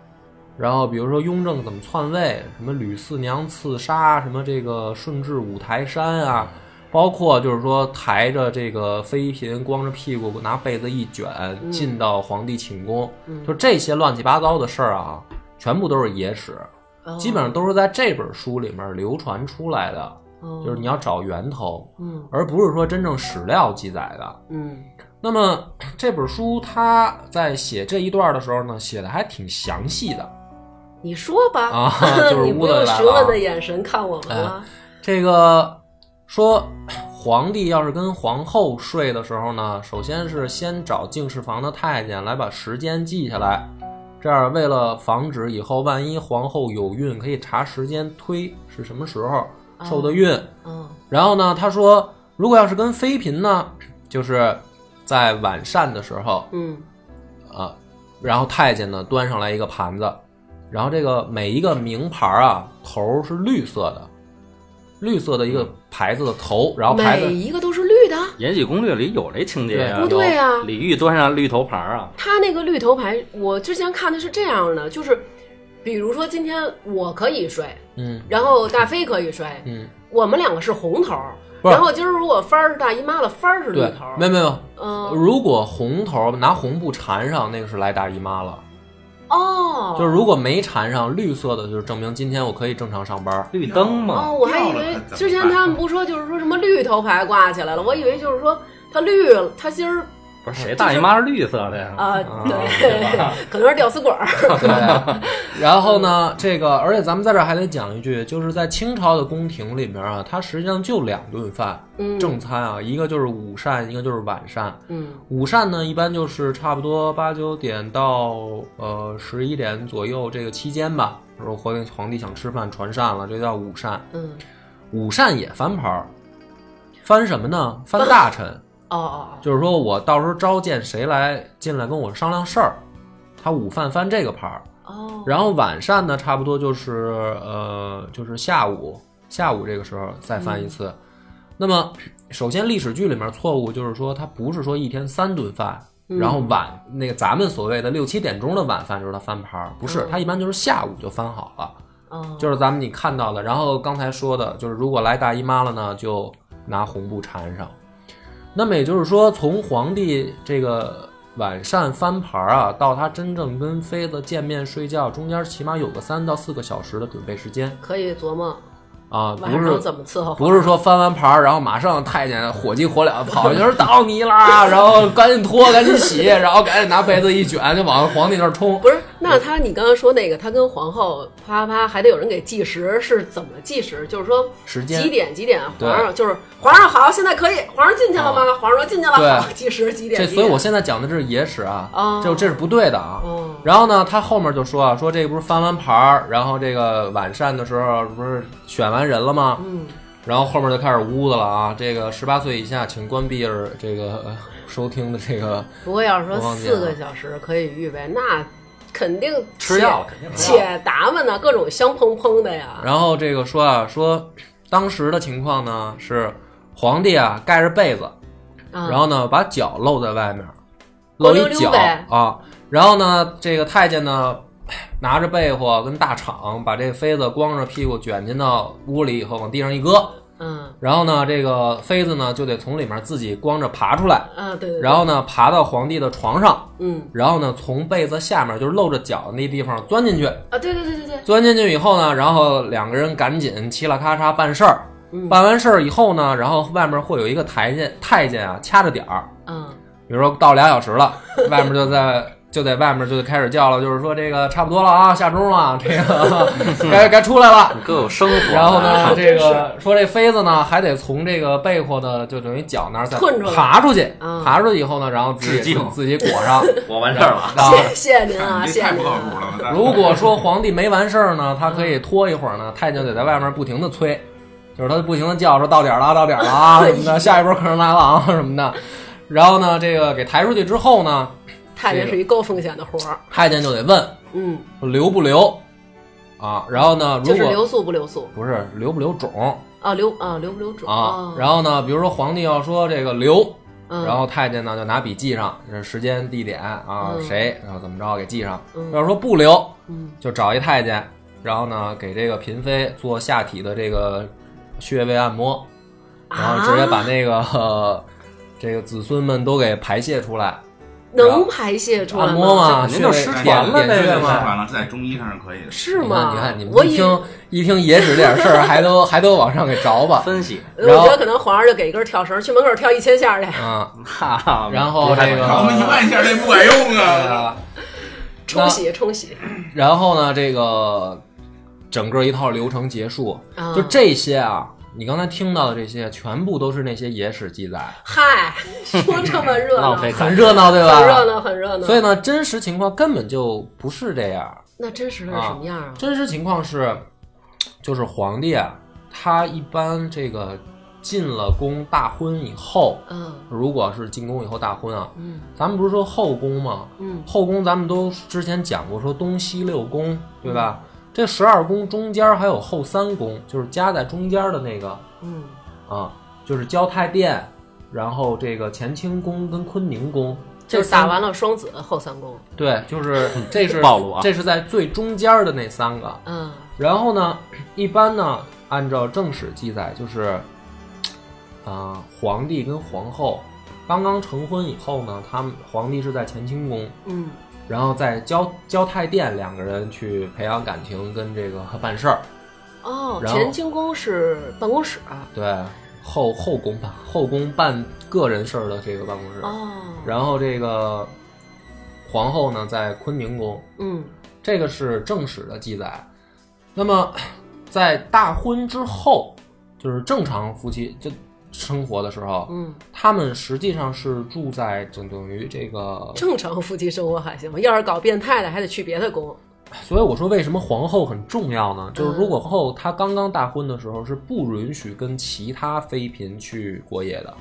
Speaker 3: 然后比如说雍正怎么篡位，什么吕四娘刺杀，什么这个顺治五台山啊，包括就是说抬着这个妃嫔，光着屁股拿被子一卷进到皇帝寝宫，
Speaker 2: 嗯
Speaker 3: 就这些乱七八糟的事儿啊，全部都是野史，
Speaker 2: 哦
Speaker 3: 基本上都是在这本书里面流传出来的，
Speaker 2: 哦
Speaker 3: 就是你要找源头，
Speaker 2: 嗯
Speaker 3: 而不是说真正史料记载的。
Speaker 2: 嗯
Speaker 3: 那么这本书他在写这一段的时候呢，写的还挺详细的。
Speaker 2: 你说吧
Speaker 3: 啊就是
Speaker 2: 你不
Speaker 3: 污
Speaker 2: 用
Speaker 3: 的来了啊哎
Speaker 2: 询问的眼神看我们了。
Speaker 3: 这个说，皇帝要是跟皇后睡的时候呢，首先是先找敬事房的太监来把时间记下来，这样为了防止以后万一皇后有孕，可以查时间推是什么时候受的孕。
Speaker 2: 嗯
Speaker 3: 然后呢，他说，如果要是跟妃嫔呢，就是在晚膳的时候，
Speaker 2: 嗯
Speaker 3: 啊，然后太监呢端上来一个盘子，然后这个每一个名牌啊头是绿色的，绿色的一个牌子的头，然后牌
Speaker 2: 每
Speaker 3: 子
Speaker 2: 一个都是绿的，
Speaker 5: 《延禧攻略》里有这情节呀、
Speaker 3: 对
Speaker 2: 不对啊
Speaker 5: 李煜端上绿头牌啊，
Speaker 2: 他那个绿头牌，我之前看的是这样的，就是比如说今天我可以睡，
Speaker 3: 嗯
Speaker 2: 然后大飞可以睡，
Speaker 3: 嗯
Speaker 2: 我们两个是红头儿，
Speaker 3: 不是
Speaker 2: 然后今儿如果帆儿是大姨妈了，帆儿是绿
Speaker 3: 对
Speaker 2: 头儿，，
Speaker 3: 没有没有，
Speaker 2: 嗯，
Speaker 3: 如果红头拿红布缠上，那个是来大姨妈了，
Speaker 2: 哦，
Speaker 3: 就是如果没缠上绿色的，就是证明今天我可以正常 上班。
Speaker 5: 绿灯嘛
Speaker 2: 哦，。我还以
Speaker 4: 掉了
Speaker 2: 为
Speaker 4: 它怎么
Speaker 2: 之前
Speaker 4: 办
Speaker 2: 他们不说就是说什么绿头牌挂起来了，我以为就是说它绿了，它今儿
Speaker 5: 不是谁大姨妈是绿色的呀？
Speaker 2: 啊，
Speaker 3: 对吧
Speaker 2: 对，可能是吊死鬼 儿。
Speaker 3: 对，然后呢，这个而且咱们在这儿还得讲一句，就是在清朝的宫廷里面啊，它实际上就两顿饭，
Speaker 2: 嗯
Speaker 3: 正餐啊，一个就是午膳，一个就是晚膳。
Speaker 2: 嗯
Speaker 3: 午膳呢，一般就是差不多八九点到呃十一点左右这个期间吧。如果皇帝皇帝想吃饭传膳了，这叫午膳。
Speaker 2: 嗯，
Speaker 3: 午膳也翻牌儿，翻什么呢？翻大臣，
Speaker 2: 哦哦，
Speaker 3: 就是说我到时候召见谁来进来跟我商量事儿，他午饭翻这个牌
Speaker 2: 哦
Speaker 3: 儿。
Speaker 2: 哦，
Speaker 3: 然后晚膳呢，差不多就是呃，就是下午，下午这个时候再翻一次。那么，首先历史剧里面错误就是说，它不是说一天三顿饭，然后晚那个咱们所谓的六七点钟的晚饭就是它翻盘儿，不是，它一般就是下午就翻好了，
Speaker 2: 哦
Speaker 3: 就是咱们你看到的。然后刚才说的就是，如果来大姨妈了呢，就拿红布缠上。那么也就是说，从皇帝这个晚膳翻盘儿啊，到他真正跟妃子见面睡觉，中间起码有个三到四个小时的准备时间
Speaker 2: 可以琢磨
Speaker 3: 啊，
Speaker 2: 晚
Speaker 3: 不
Speaker 2: 上
Speaker 3: 是
Speaker 2: 怎么伺候皇
Speaker 3: 不是说翻完盘儿，然后马上太监火急火燎跑去说到你啦，然后赶紧脱，赶紧洗，然后赶紧拿被子一卷就往皇帝那儿冲。
Speaker 2: 不是，那他你刚刚说那个，他跟皇后啪啪啪，还得有人给计时，是怎么计时？就是说
Speaker 3: 时间
Speaker 2: 几点几点，
Speaker 3: 对哦
Speaker 2: 皇上就是皇上好，现在可以，皇上进去了吗？皇上说进去了，
Speaker 3: 对
Speaker 2: 好，计时几点？
Speaker 3: 这
Speaker 2: 几
Speaker 3: 所以
Speaker 2: 点
Speaker 3: 我现在讲的这是野史啊
Speaker 2: 哦，
Speaker 3: 就这是不对的啊。
Speaker 2: 哦
Speaker 3: 然后呢，他后面就说啊，说这不是翻完牌儿，然后这个晚膳的时候不是选完人了吗？
Speaker 2: 嗯，
Speaker 3: 然后后面就开始污的了啊，这个十八岁以下请关闭儿这个呃收听的这个
Speaker 2: 不过要是说
Speaker 3: 我忘记了
Speaker 2: 四个小时可以预备，那肯定
Speaker 5: 吃药肯定吃药
Speaker 2: 且打扮呢，各种香喷喷的呀。
Speaker 3: 然后这个说啊，说当时的情况呢是皇帝啊盖着被子，
Speaker 2: 然
Speaker 3: 然后呢把脚露在外面，
Speaker 2: 光嗯
Speaker 3: 露
Speaker 2: 溜
Speaker 3: 一
Speaker 2: 溜
Speaker 3: 脚
Speaker 2: 呗
Speaker 3: 啊。然后呢，这个太监呢 拿着被窝跟大氅把这妃子光着屁股卷进到屋里以后往地上一搁，
Speaker 2: 嗯
Speaker 3: 然后呢这个妃子呢就得从里面自己光着爬出来，
Speaker 2: 啊对对，对
Speaker 3: 然后呢爬到皇帝的床上，
Speaker 2: 嗯
Speaker 3: 然后呢从被子下面就是露着脚那地方钻进去。
Speaker 2: 啊对对对对对，
Speaker 3: 钻进去以后呢，然后两个人赶紧嘁啦咔嚓办事儿。
Speaker 2: 嗯
Speaker 3: 办完事儿以后呢，然后外面会有一个太监，太监啊掐着点儿，
Speaker 2: 嗯
Speaker 3: 比如说到俩小时了，外面就在就在外面就开始叫了，就是说这个差不多了啊，下钟了，这 个该该出来了。
Speaker 5: 各有生活。
Speaker 3: 然后呢，这个说这妃子呢还得从这个被窝的就等于脚那儿再
Speaker 2: 困出来
Speaker 3: 爬出去，
Speaker 2: 嗯
Speaker 3: 爬出去以后呢，然后自
Speaker 5: 致
Speaker 3: 己
Speaker 5: 敬
Speaker 3: 自己裹上。
Speaker 5: 我完事儿了。
Speaker 3: 啊
Speaker 2: 谢谢您啊，
Speaker 4: 你
Speaker 2: 谢谢
Speaker 4: 这太
Speaker 2: 您
Speaker 4: 不靠
Speaker 2: 啊。
Speaker 4: 谱了。咱
Speaker 3: 如果说皇帝没完事儿呢，他可
Speaker 2: 嗯
Speaker 3: 以拖一会儿呢，太监得在外面不停的催，就是他不停的叫说到点儿了，到点儿了啊什么的，下一波客人来了啊什么的。然后呢，这个给抬出去之后呢，
Speaker 2: 太监是一高风险的活儿，
Speaker 3: 太监就得问
Speaker 2: 嗯，
Speaker 3: 留不留啊。然后呢，
Speaker 2: 就
Speaker 3: 如
Speaker 2: 是留
Speaker 3: 果
Speaker 2: 宿不留宿
Speaker 3: 不是留不留种
Speaker 2: 啊，留啊留不留种
Speaker 3: 啊，
Speaker 5: 哦
Speaker 3: 然
Speaker 2: 后
Speaker 3: 后呢，比如说皇帝要说这个留，
Speaker 2: 嗯
Speaker 3: 然后太监呢就拿笔记上这时间、地点啊，
Speaker 2: 嗯
Speaker 3: 谁，然后怎么着给记上。
Speaker 2: 嗯
Speaker 3: 要是说不留，
Speaker 2: 嗯
Speaker 3: 就找一太监，然后呢给这个嫔妃做下体的这个穴位按摩，然后直接把那个、
Speaker 5: 啊
Speaker 3: 呃 这个子孙们都给排泄出来，
Speaker 2: 能排泄出来
Speaker 3: 按
Speaker 2: 吗
Speaker 3: 摩嘛，
Speaker 5: 这肯定就
Speaker 3: 穴位
Speaker 5: 失
Speaker 3: 点
Speaker 5: 传了
Speaker 3: 点
Speaker 5: 呗
Speaker 3: 穴
Speaker 5: 这
Speaker 4: 失
Speaker 5: 是
Speaker 3: 嘛。
Speaker 4: 传了，这在中医上是可以的。
Speaker 2: 是
Speaker 3: 你看，
Speaker 2: 吗？
Speaker 3: 你看，你们
Speaker 2: 我
Speaker 3: 一
Speaker 2: 以呃
Speaker 3: 听一听野史这点事儿，还都还都往上给着吧
Speaker 5: 分析，
Speaker 2: 我
Speaker 3: 然后
Speaker 2: 觉得可能皇上就给一根跳绳，去门口跳一千下去。
Speaker 3: 啊！
Speaker 5: 哈哈。
Speaker 3: 然后
Speaker 5: 不太
Speaker 3: 这个
Speaker 5: 管
Speaker 4: 我
Speaker 5: 用
Speaker 4: 们一万下这不管用啊！
Speaker 3: 呃
Speaker 2: 冲洗冲洗，
Speaker 3: 然后呢，这个整个一套流程结束，
Speaker 2: 啊
Speaker 3: 就这些啊，你刚才听到的这些，全部都是那些野史记载，
Speaker 2: 嗨，说这么热闹，
Speaker 5: 浪费
Speaker 3: 很热闹，对吧？
Speaker 2: 很热闹，很热闹。
Speaker 3: 所以呢，真实情况根本就不是这样。
Speaker 2: 那真实的是什么样啊？
Speaker 3: 真实情况是，就是皇帝啊，他一般这个进了宫大婚以后，
Speaker 2: 嗯
Speaker 3: 如果是进宫以后大婚啊，
Speaker 2: 嗯
Speaker 3: 咱们不是说后宫吗？
Speaker 2: 嗯
Speaker 3: 后宫咱们都之前讲过，说东西六宫，对吧？
Speaker 2: 嗯
Speaker 3: 这十二宫中间还有后三宫，就是夹在中间的那个
Speaker 2: 嗯
Speaker 3: 啊，就是交泰殿，然后这个乾清宫跟坤宁宫，
Speaker 2: 就
Speaker 3: 这
Speaker 2: 是打
Speaker 3: 三
Speaker 2: 完了双子后三宫。
Speaker 3: 对， 就是这是
Speaker 5: 暴露啊
Speaker 3: 这是在最中间的那三个。
Speaker 2: 嗯
Speaker 3: 然后呢， 一般呢，按照正史记载，就是，啊、皇帝跟皇后刚刚成婚以后呢，他们皇帝是在乾清宫，
Speaker 2: 嗯
Speaker 3: 然后在交交泰殿两个人去培养感情跟这个办事儿。
Speaker 2: 哦，
Speaker 3: 然后
Speaker 2: 乾清宫是办公室，啊
Speaker 3: 对，后后宫吧，后宫办个人事儿的这个办公室。
Speaker 2: 哦，
Speaker 3: 然后这个皇后呢，在坤宁宫，
Speaker 2: 嗯
Speaker 3: 这个是正史的记载。那么，在大婚之后，就是正常夫妻就生活的时候，
Speaker 2: 嗯，
Speaker 3: 他们实际上是住在等等于这个，
Speaker 2: 正常夫妻生活还行，要是搞变态的还得去别的宫。
Speaker 3: 所以我说为什么皇后很重要呢？就是如果皇后她刚刚大婚的时候是不允许跟其他妃嫔去过夜的，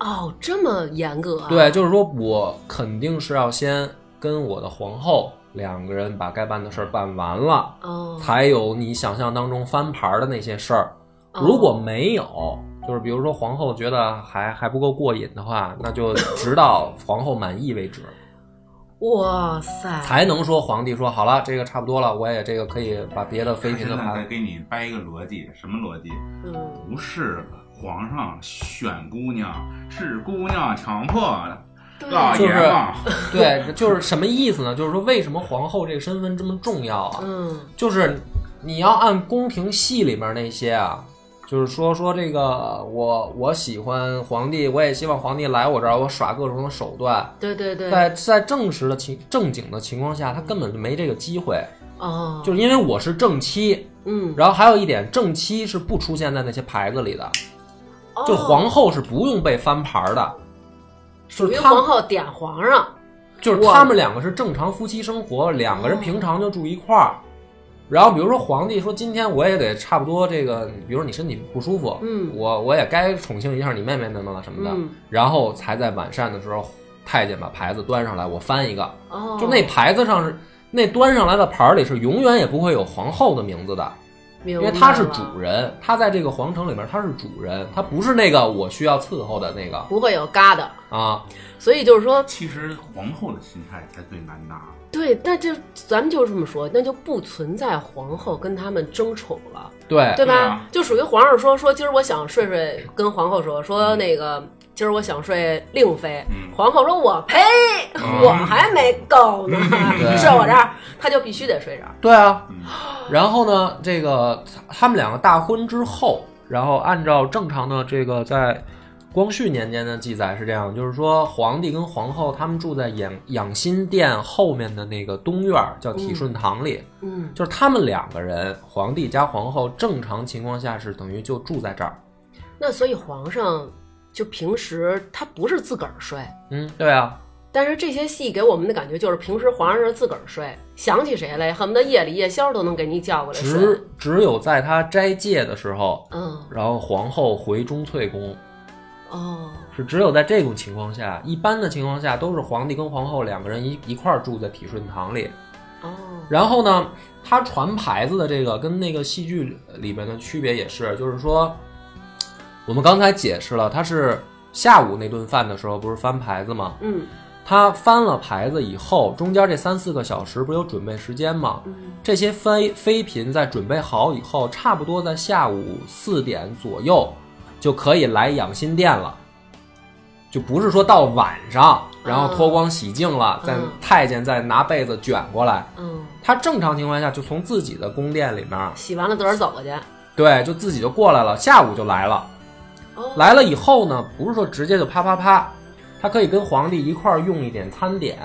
Speaker 2: 哦，这么严格啊？
Speaker 3: 对，就是说我肯定是要先跟我的皇后两个人把该办的事儿办完了，
Speaker 2: 哦，
Speaker 3: 才有你想象当中翻牌的那些事儿。
Speaker 2: 哦
Speaker 3: 如果没有，就是比如说皇后觉得还还不够过瘾的话，那就直到皇后满意 为止，
Speaker 2: 哇塞，
Speaker 3: 才能说皇帝说好了，这个差不多了，我也这个可以把别的妃嫔的
Speaker 4: 现在
Speaker 3: 牌
Speaker 4: 再。给你掰一个逻辑，什么逻辑？
Speaker 2: 嗯，
Speaker 4: 不是皇上选姑娘，是姑娘强迫的。老
Speaker 3: 就
Speaker 4: 爷
Speaker 3: 是
Speaker 4: 们儿，
Speaker 3: 对，就是什么意思呢？就是说为什么皇后这个身份这么重要啊？
Speaker 2: 嗯，
Speaker 3: 就是你要按宫廷戏里面那些啊，就是说说这个我我喜欢皇帝，我也希望皇帝来我这儿，我耍各种手段。
Speaker 2: 对对对，
Speaker 3: 在在正式的情正经的情况下，他根本就没这个机会，
Speaker 2: 哦，
Speaker 3: 就是因为我是正妻。
Speaker 2: 嗯，
Speaker 3: 然后还有一点，正妻是不出现在那些牌子里的，
Speaker 2: 哦
Speaker 3: 就皇后是不用被翻牌的，
Speaker 2: 属于
Speaker 3: 是他
Speaker 2: 皇
Speaker 3: 们
Speaker 2: 后点皇上，
Speaker 3: 就是他们两个是正常夫妻生活，两个人平常就住一块儿。然后比如说皇帝说今天我也得差不多这个，比如说你身体不舒服，
Speaker 2: 嗯
Speaker 3: 我我也该宠幸一下你妹妹们了什么的，
Speaker 2: 嗯
Speaker 3: 然后才在晚膳的时候，太监把牌子端上来，我翻一个，
Speaker 2: 哦，
Speaker 3: 就那牌子上是那端上来的牌儿里是永远也不会有皇后的名字的，
Speaker 2: 明
Speaker 3: 因
Speaker 2: 白
Speaker 3: 为
Speaker 2: 了，
Speaker 3: 她是主人，她在这个皇城里面她是主人，她不是那个我需要伺候的那个
Speaker 2: 不会有疙瘩，
Speaker 3: 啊。
Speaker 2: 所以就是说，
Speaker 4: 其实皇后的心态才最难拿。
Speaker 2: 对，那就咱们就这么说，那就不存在皇后跟他们争宠了，
Speaker 3: 哎对，
Speaker 2: 对吧？
Speaker 4: 对啊
Speaker 2: 就属于皇上说说，今儿我想睡睡，跟皇后说说那个。今儿我想睡令妃，
Speaker 4: 嗯
Speaker 2: 皇后说：“我呸，我还没够呢，
Speaker 3: 对
Speaker 2: 睡我这儿，他就必须得睡这儿。
Speaker 3: 对啊，
Speaker 4: 嗯，
Speaker 3: 然后呢，这个他们两个大婚之后，然后按照正常的这个在光绪年间的记载是这样，就是说皇帝跟皇后他们住在养养心殿后面的那个东院儿，叫体顺堂里，”
Speaker 2: 嗯，
Speaker 3: 就是他们两个人，皇帝加皇后，正常情况下是等于就住在这儿。
Speaker 2: 那所以皇上就平时他不是自个儿睡，
Speaker 3: 嗯，对啊，
Speaker 2: 但是这些戏给我们的感觉就是，平时皇上是自个儿睡，想起谁来，恨不得夜里夜宵都能给你叫过来睡。
Speaker 3: 只只有在他斋戒的时候，
Speaker 2: 嗯，
Speaker 3: 然后皇后回中翠宫，
Speaker 2: 哦，
Speaker 3: 是只有在这种情况下，一般的情况下都是皇帝跟皇后两个人一一块儿住在体顺堂里。
Speaker 2: 哦，
Speaker 3: 然后呢，他传牌子的这个跟那个戏剧里面的区别也是，就是说，我们刚才解释了，他是下午那顿饭的时候不是翻牌子吗？
Speaker 2: 嗯
Speaker 3: 他翻了牌子以后，中间这三四个小时不是有准备时间吗？
Speaker 2: 嗯，
Speaker 3: 这些妃妃嫔在准备好以后，差不多在下午四点左右就可以来养心殿了，就不是说到晚上，然后脱光洗净了，再
Speaker 2: 嗯
Speaker 3: 太监再拿被子卷过来。
Speaker 2: 嗯，
Speaker 3: 他正常情况下就从自己的宫殿里面，
Speaker 2: 洗完了自个儿走过去。
Speaker 3: 对，就自己就过来了，下午就来了。
Speaker 2: 哦，
Speaker 3: 来了以后呢，不是说直接就啪啪啪，他可以跟皇帝一块儿用一点餐点，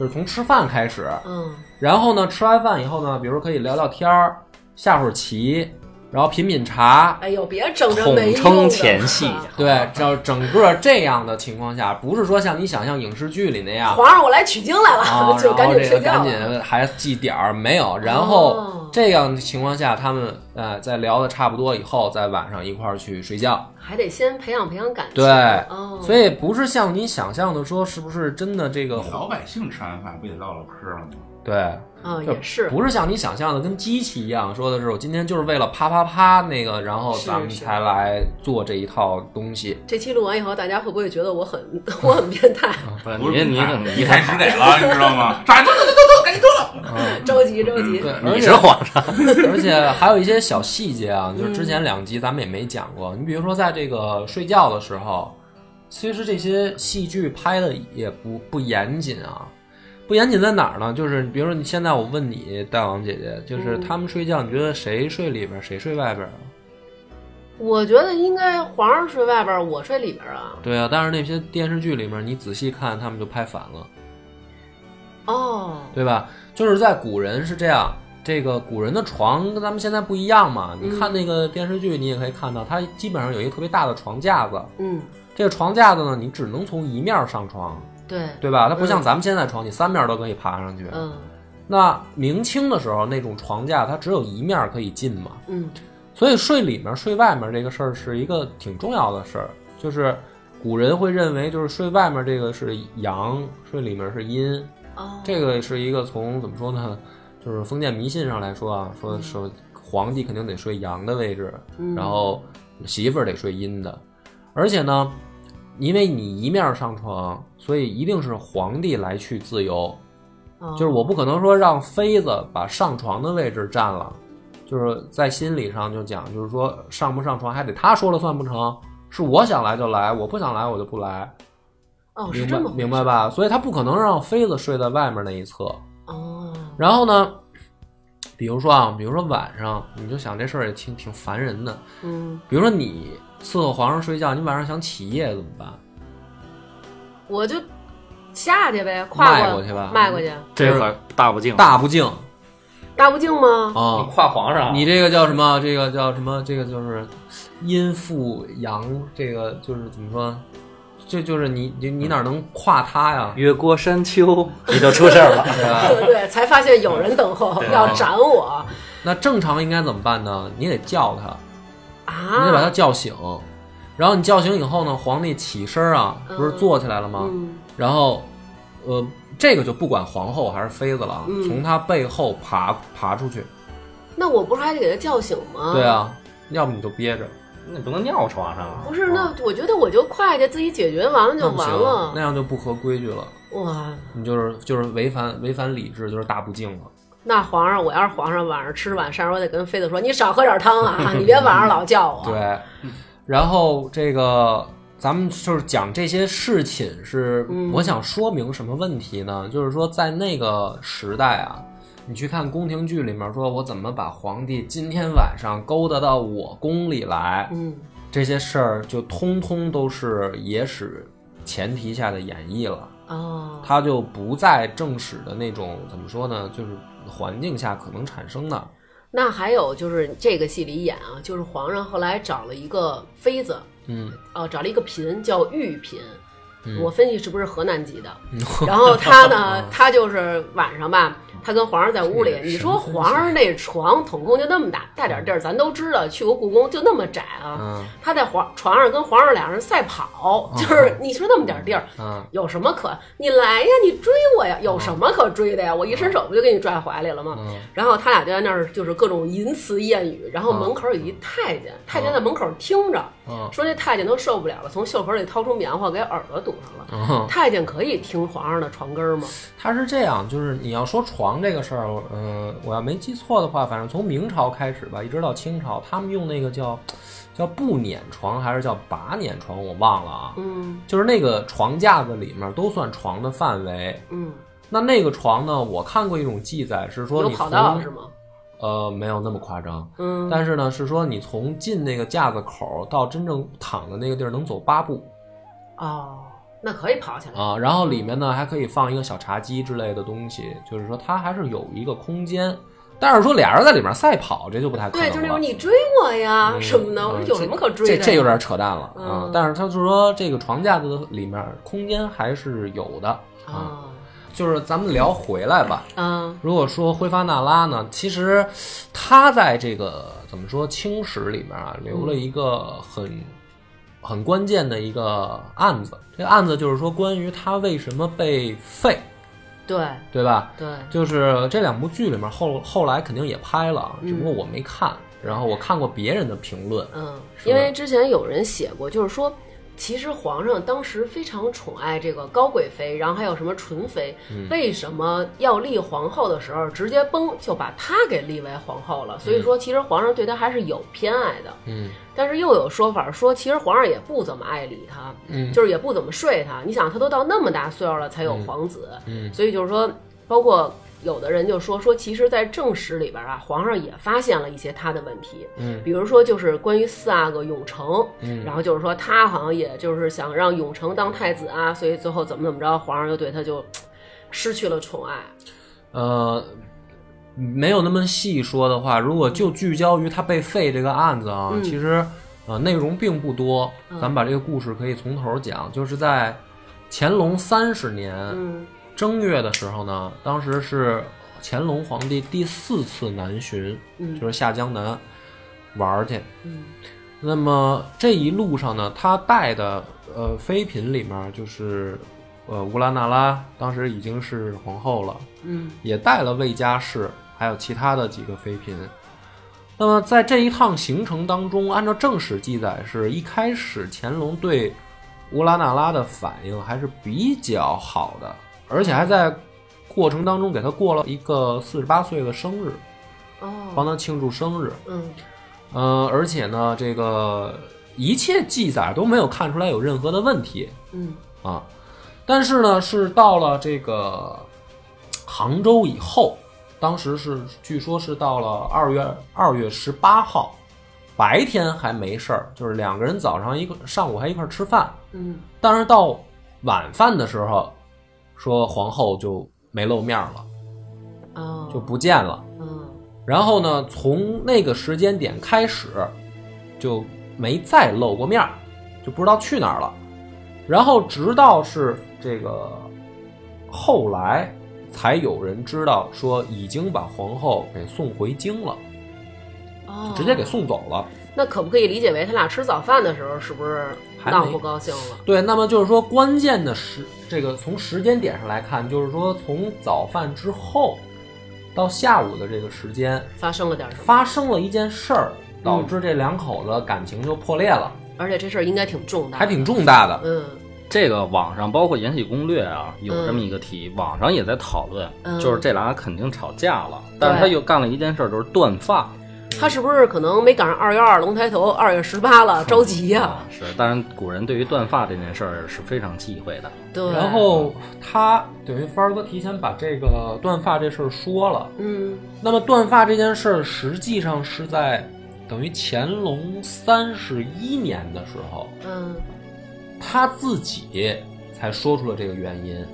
Speaker 3: 就是从吃饭开始。
Speaker 2: 嗯，
Speaker 3: 然后呢，吃完饭以后呢，比如可以聊聊天儿，下会儿棋，然后品品茶。
Speaker 2: 哎呦，别整这没
Speaker 5: 统
Speaker 2: 用的啊
Speaker 5: 称前戏，
Speaker 3: 对，这整个这样的情况下，不是说像你想象影视剧里那 样，
Speaker 2: 皇上，我来取经来了，
Speaker 3: 啊，
Speaker 2: 就
Speaker 3: 然
Speaker 2: 赶
Speaker 3: 后
Speaker 2: 紧
Speaker 3: 这
Speaker 2: 睡
Speaker 3: 个
Speaker 2: 觉
Speaker 3: 赶
Speaker 2: 了。
Speaker 3: 紧还记点儿没有，然
Speaker 2: 哦
Speaker 3: 后这样的情况下，他们呃在聊的差不多以后，在晚上一块儿去睡觉。
Speaker 2: 还得先培养培养感情。
Speaker 3: 对，
Speaker 2: 哦，
Speaker 3: 所以不是像你想象的说，是不是真的这个
Speaker 4: 老百姓吃完饭不得唠唠嗑了吗？
Speaker 3: 对，
Speaker 2: 啊
Speaker 3: 就
Speaker 2: 也是，
Speaker 3: 不是像你想象的跟机器一样，说的是我今天就是为了啪啪啪那个，然后
Speaker 2: 是
Speaker 3: 咱们
Speaker 2: 是
Speaker 3: 才来做这一套东 西。
Speaker 2: 这期录完以后，大家会不会觉得我很 我很变态？
Speaker 5: 啊不是
Speaker 4: 不是
Speaker 5: 你你很
Speaker 4: 一
Speaker 5: 你
Speaker 4: 抬
Speaker 5: 太
Speaker 4: 指给了，你知道吗？抓紧走走走走，赶紧走了。
Speaker 2: 着急着急。
Speaker 3: 嗯对，而
Speaker 5: 你
Speaker 3: 且
Speaker 5: 是皇上，
Speaker 3: 而且还有一些小细节啊，就是之前两集咱们也没讲过。你比如说，在这个睡觉的时候，其实这些戏剧拍的也不不严谨啊。不严谨在哪儿呢？就是比如说，你现在我问你，大王姐姐，就是
Speaker 2: 嗯
Speaker 3: 他们睡觉，你觉得谁睡里边儿，谁睡外边儿啊？
Speaker 2: 我觉得应该皇上睡外边儿，我睡里边儿啊。
Speaker 3: 对啊，但是那些电视剧里面，你仔细看，他们就拍反了，嗯
Speaker 2: 哦，
Speaker 3: 对吧？就是在古人是这样，这个古人的床跟咱们现在不一样嘛。
Speaker 2: 嗯
Speaker 3: 你看那个电视剧，你也可以看到，它基本上有一个特别大的床架子，
Speaker 2: 嗯，
Speaker 3: 这个床架子呢，你只能从一面上床，
Speaker 2: 对，
Speaker 3: 对吧？它不像
Speaker 2: 嗯
Speaker 3: 咱们现在床，你三面都可以爬上去。
Speaker 2: 嗯
Speaker 3: 那明清的时候，那种床架它只有一面可以进嘛，
Speaker 2: 嗯
Speaker 3: 所以睡里面睡外面这个事儿是一个挺重要的事儿，就是古人会认为就是睡外面这个是阳，睡里面是阴，
Speaker 2: 哦，
Speaker 3: 这个是一个从怎么说呢，就是封建迷信上来说啊，说说皇帝肯定得睡阳的位置，
Speaker 2: 嗯
Speaker 3: 然后媳妇儿得睡阴的，而且呢，因为你一面上床，所以一定是皇帝来去自由，
Speaker 2: 哦
Speaker 3: 就是我不可能说让妃子把上床的位置占了，就是在心理上就讲，就是说上不上床还得她说了算不成，是我想来就来，我不想来我就不来，
Speaker 2: 哦是
Speaker 3: 明
Speaker 2: 这
Speaker 3: 白
Speaker 2: 么回
Speaker 3: 明
Speaker 2: 事
Speaker 3: 白
Speaker 2: 儿？
Speaker 3: 吧？所以她不可能让妃子睡在外面那一侧。
Speaker 2: 哦，
Speaker 3: 然后呢，比如说啊，比如说晚上，你就想这事儿也挺挺烦人的。
Speaker 2: 嗯，
Speaker 3: 比如说你伺候皇上睡觉，你晚上想起夜怎么办？
Speaker 2: 我就下去呗，跨
Speaker 3: 迈过去吧
Speaker 2: 迈过去，
Speaker 5: 这可大不敬，
Speaker 3: 大不敬
Speaker 2: 大不敬吗？
Speaker 5: 你
Speaker 3: 啊！
Speaker 5: 跨皇上，
Speaker 3: 你这个叫什么？这个叫什么？这个就是阴负阳，这个就是怎么说？这就是你你你哪能跨他呀？
Speaker 5: 越过山丘， 你就出事儿了。
Speaker 3: 对吧？
Speaker 2: 对 对，才发现有人等候
Speaker 3: 啊
Speaker 5: 对
Speaker 2: 要斩我
Speaker 3: 那正常应该怎么办呢？你得叫他，你得把他
Speaker 2: 啊！
Speaker 3: 叫醒，然后你叫醒以后呢，皇帝起身啊，不是
Speaker 2: 嗯
Speaker 3: 坐起来了吗？
Speaker 2: 嗯，
Speaker 3: 然后，呃，这个就不管皇后还是妃子了啊，
Speaker 2: 嗯
Speaker 3: 从她背后爬爬出去。
Speaker 2: 那我不是还得给他叫醒吗？
Speaker 3: 对，啊，要不你就憋着，
Speaker 5: 那不能尿床上啊！
Speaker 2: 不是，那我觉得我就快去自己解决完了就
Speaker 3: 那不
Speaker 2: 完
Speaker 3: 行，那
Speaker 2: 了。
Speaker 3: 样就不合规矩了。
Speaker 2: 哇，
Speaker 3: 你就是就是违反违反理智，就是大不敬了。
Speaker 2: 那皇上，我要是皇上，晚上吃晚膳，我得跟妃子说，你少喝点汤啊，你别晚上老叫我。，
Speaker 3: 对，
Speaker 2: 嗯
Speaker 3: 然后这个咱们就是讲这些侍寝是，
Speaker 2: 嗯
Speaker 3: 我想说明什么问题呢？就是说在那个时代啊，你去看宫廷剧里面，说我怎么把皇帝今天晚上勾搭到我宫里来，
Speaker 2: 嗯，
Speaker 3: 这些事儿就通通都是野史前提下的演绎了，
Speaker 2: 哦，
Speaker 3: 它就不在正史的那种怎么说呢，就是环境下可能产生的。
Speaker 2: 那还有就是这个戏里演啊，就是皇上后来找了一个妃子，
Speaker 3: 嗯，
Speaker 2: 哦，找了一个嫔叫玉嫔，
Speaker 3: 嗯
Speaker 2: 我分析是不是河南籍的。然 后她呢，她就是晚上吧，她跟皇上在屋里
Speaker 3: 这，个
Speaker 2: 你
Speaker 3: 什
Speaker 2: 说
Speaker 3: 么分析
Speaker 2: 皇上那床统共就那么大，大点地儿，咱都知道，去过故宫就那么窄啊。
Speaker 3: 嗯
Speaker 2: 她在皇床上跟皇上俩人赛跑，就是你说那么点地儿，
Speaker 3: 哦嗯，
Speaker 2: 有什么可你来呀？你追我呀？有什么可追的呀？我一伸手不就给你拽怀里了吗？
Speaker 3: 嗯
Speaker 2: 然后他俩就在那儿就是各种淫词谚语，然后门口有一太监，太监在门口听着，
Speaker 3: 嗯
Speaker 2: 说那太监都受不了了，从袖口里掏出棉花给耳朵堵上了。
Speaker 3: 嗯，
Speaker 2: 太监可以听皇上的床根儿吗？
Speaker 3: 它是这样，就是你要说床这个事儿，嗯，我要没记错的话，反正从明朝开始吧，一直到清朝，他们用那个叫叫不辇床还是叫把辇床，我忘了啊，
Speaker 2: 嗯
Speaker 3: 就是那个床架子里面都算床的范围。
Speaker 2: 嗯，
Speaker 3: 那那个床呢？我看过一种记载是说
Speaker 2: 有
Speaker 3: 你
Speaker 2: 跑
Speaker 3: 从
Speaker 2: 道是吗？
Speaker 3: 呃，没有那么夸张，
Speaker 2: 嗯，
Speaker 3: 但是呢，是说你从进那个架子口到真正躺的那个地儿能走八步
Speaker 2: 哦，那可以跑起来。
Speaker 3: 啊，然后里面呢还可以放一个小茶几之类的东西，就是说它还是有一个空间。但是说俩人在里面赛跑，这就不太可能
Speaker 2: 对，
Speaker 3: 了。
Speaker 2: 就是那种你追我呀什么的，我说有什么可追的
Speaker 3: 嗯这
Speaker 2: 呀？
Speaker 3: 这有点扯淡了啊！
Speaker 2: 嗯
Speaker 3: 但是他就说这个床架子里面空间还是有的啊。
Speaker 2: 啊
Speaker 3: 就是咱们聊回来吧，
Speaker 2: 啊
Speaker 3: 如果说灰发那拉呢，其实他在这个怎么说清史里面啊，留
Speaker 2: 嗯
Speaker 3: 了一个很很关键的一个案子。这个案子就是说关于他为什么被废，
Speaker 2: 对
Speaker 3: 对吧？
Speaker 2: 对，
Speaker 3: 就是这两部剧里面后后来肯定也拍了，只不过我没看。然后我看过别人的评论，
Speaker 2: 嗯，
Speaker 3: 是
Speaker 2: 因为之前有人写过，就是说，其实皇上当时非常宠爱这个高贵妃，然后还有什么纯妃，
Speaker 3: 嗯
Speaker 2: 为什么要立皇后的时候直接崩就把她给立为皇后了？所以说，其实皇上对她还是有偏爱的。
Speaker 3: 嗯
Speaker 2: 但是又有说法说，其实皇上也不怎么爱理她，
Speaker 3: 嗯
Speaker 2: 就是也不怎么睡她。你想，她都到那么大岁数了才有皇子，
Speaker 3: 嗯
Speaker 2: 所以就是说，包括有的人就说说，其实，在正史里边啊，皇上也发现了一些他的问题，
Speaker 3: 嗯
Speaker 2: 比如说就是关于四阿哥永成，
Speaker 3: 嗯
Speaker 2: 然后就是说他好像也就是想让永成当太子啊，所以最后怎么怎么着，皇上又对他就嘖失去了宠爱。
Speaker 3: 呃，没有那么细说的话，如果就聚焦于他被废这个案子啊，
Speaker 2: 嗯
Speaker 3: 其实呃内容并不多。
Speaker 2: 嗯
Speaker 3: 咱们把这个故事可以从头讲，就是在乾隆三十年
Speaker 2: 嗯
Speaker 3: 正月的时候呢，当时是乾隆皇帝第四次南巡，
Speaker 2: 嗯
Speaker 3: 就是下江南玩儿去。
Speaker 2: 嗯
Speaker 3: 那么这一路上呢，他带的呃妃嫔里面就是呃乌拉那拉，当时已经是皇后了。
Speaker 2: 嗯
Speaker 3: 也带了魏佳氏，还有其他的几个妃嫔。那么在这一趟行程当中，按照正史记载，是一开始乾隆对乌拉那拉的反应还是比较好的，而且还在过程当中给他过了一个四十八岁的生日，帮
Speaker 2: 哦
Speaker 3: 他庆祝生日。
Speaker 2: 嗯
Speaker 3: 呃，而且呢，这个一切记载都没有看出来有任何的问题。
Speaker 2: 嗯
Speaker 3: 啊。但是呢，是到了这个杭州以后，当时是据说是到了二月二月十八号，白天还没事儿，就是两个人早上一个上午还一块儿吃饭，
Speaker 2: 嗯
Speaker 3: 但是到晚饭的时候，说皇后就没露面了，
Speaker 2: 哦
Speaker 3: 就不见了。
Speaker 2: 嗯
Speaker 3: 然后呢，从那个时间点开始，就没再露过面儿，就不知道去哪儿了。然后直到是这个后来，才有人知道说已经把皇后给送回京了，
Speaker 2: 哦，
Speaker 3: 直接给送走了。
Speaker 2: 那可不可以理解为他俩吃早饭的时候是不是
Speaker 3: 还没
Speaker 2: 闹不高兴了？
Speaker 3: 对，那么就是说，关键的时这个从时间点上来看，就是说从早饭之后到下午的这个时间，
Speaker 2: 发生了点什么？
Speaker 3: 发生了一件事儿，导致这两口子感情就破裂了。
Speaker 2: 而且这事儿应该挺重大，
Speaker 3: 还挺重大的。
Speaker 2: 嗯
Speaker 5: 这个网上包括《延禧攻略》啊，有这么一个题，网上也在讨论，
Speaker 2: 嗯
Speaker 5: 就是这俩肯定吵架了，但是他又干了一件事儿，就是断发。
Speaker 2: 他是不是可能没赶上二月二龙抬头，二月十八了，着急呀、
Speaker 5: 啊是，当然古人对于断发这件事儿是非常忌讳的。
Speaker 2: 对，
Speaker 3: 然后他等于帆儿哥提前把这个断发这事儿说了。
Speaker 2: 嗯
Speaker 3: 那么断发这件事儿实际上是在等于乾隆三十一年的时候，
Speaker 2: 嗯，
Speaker 3: 他自己才说出了这个原因。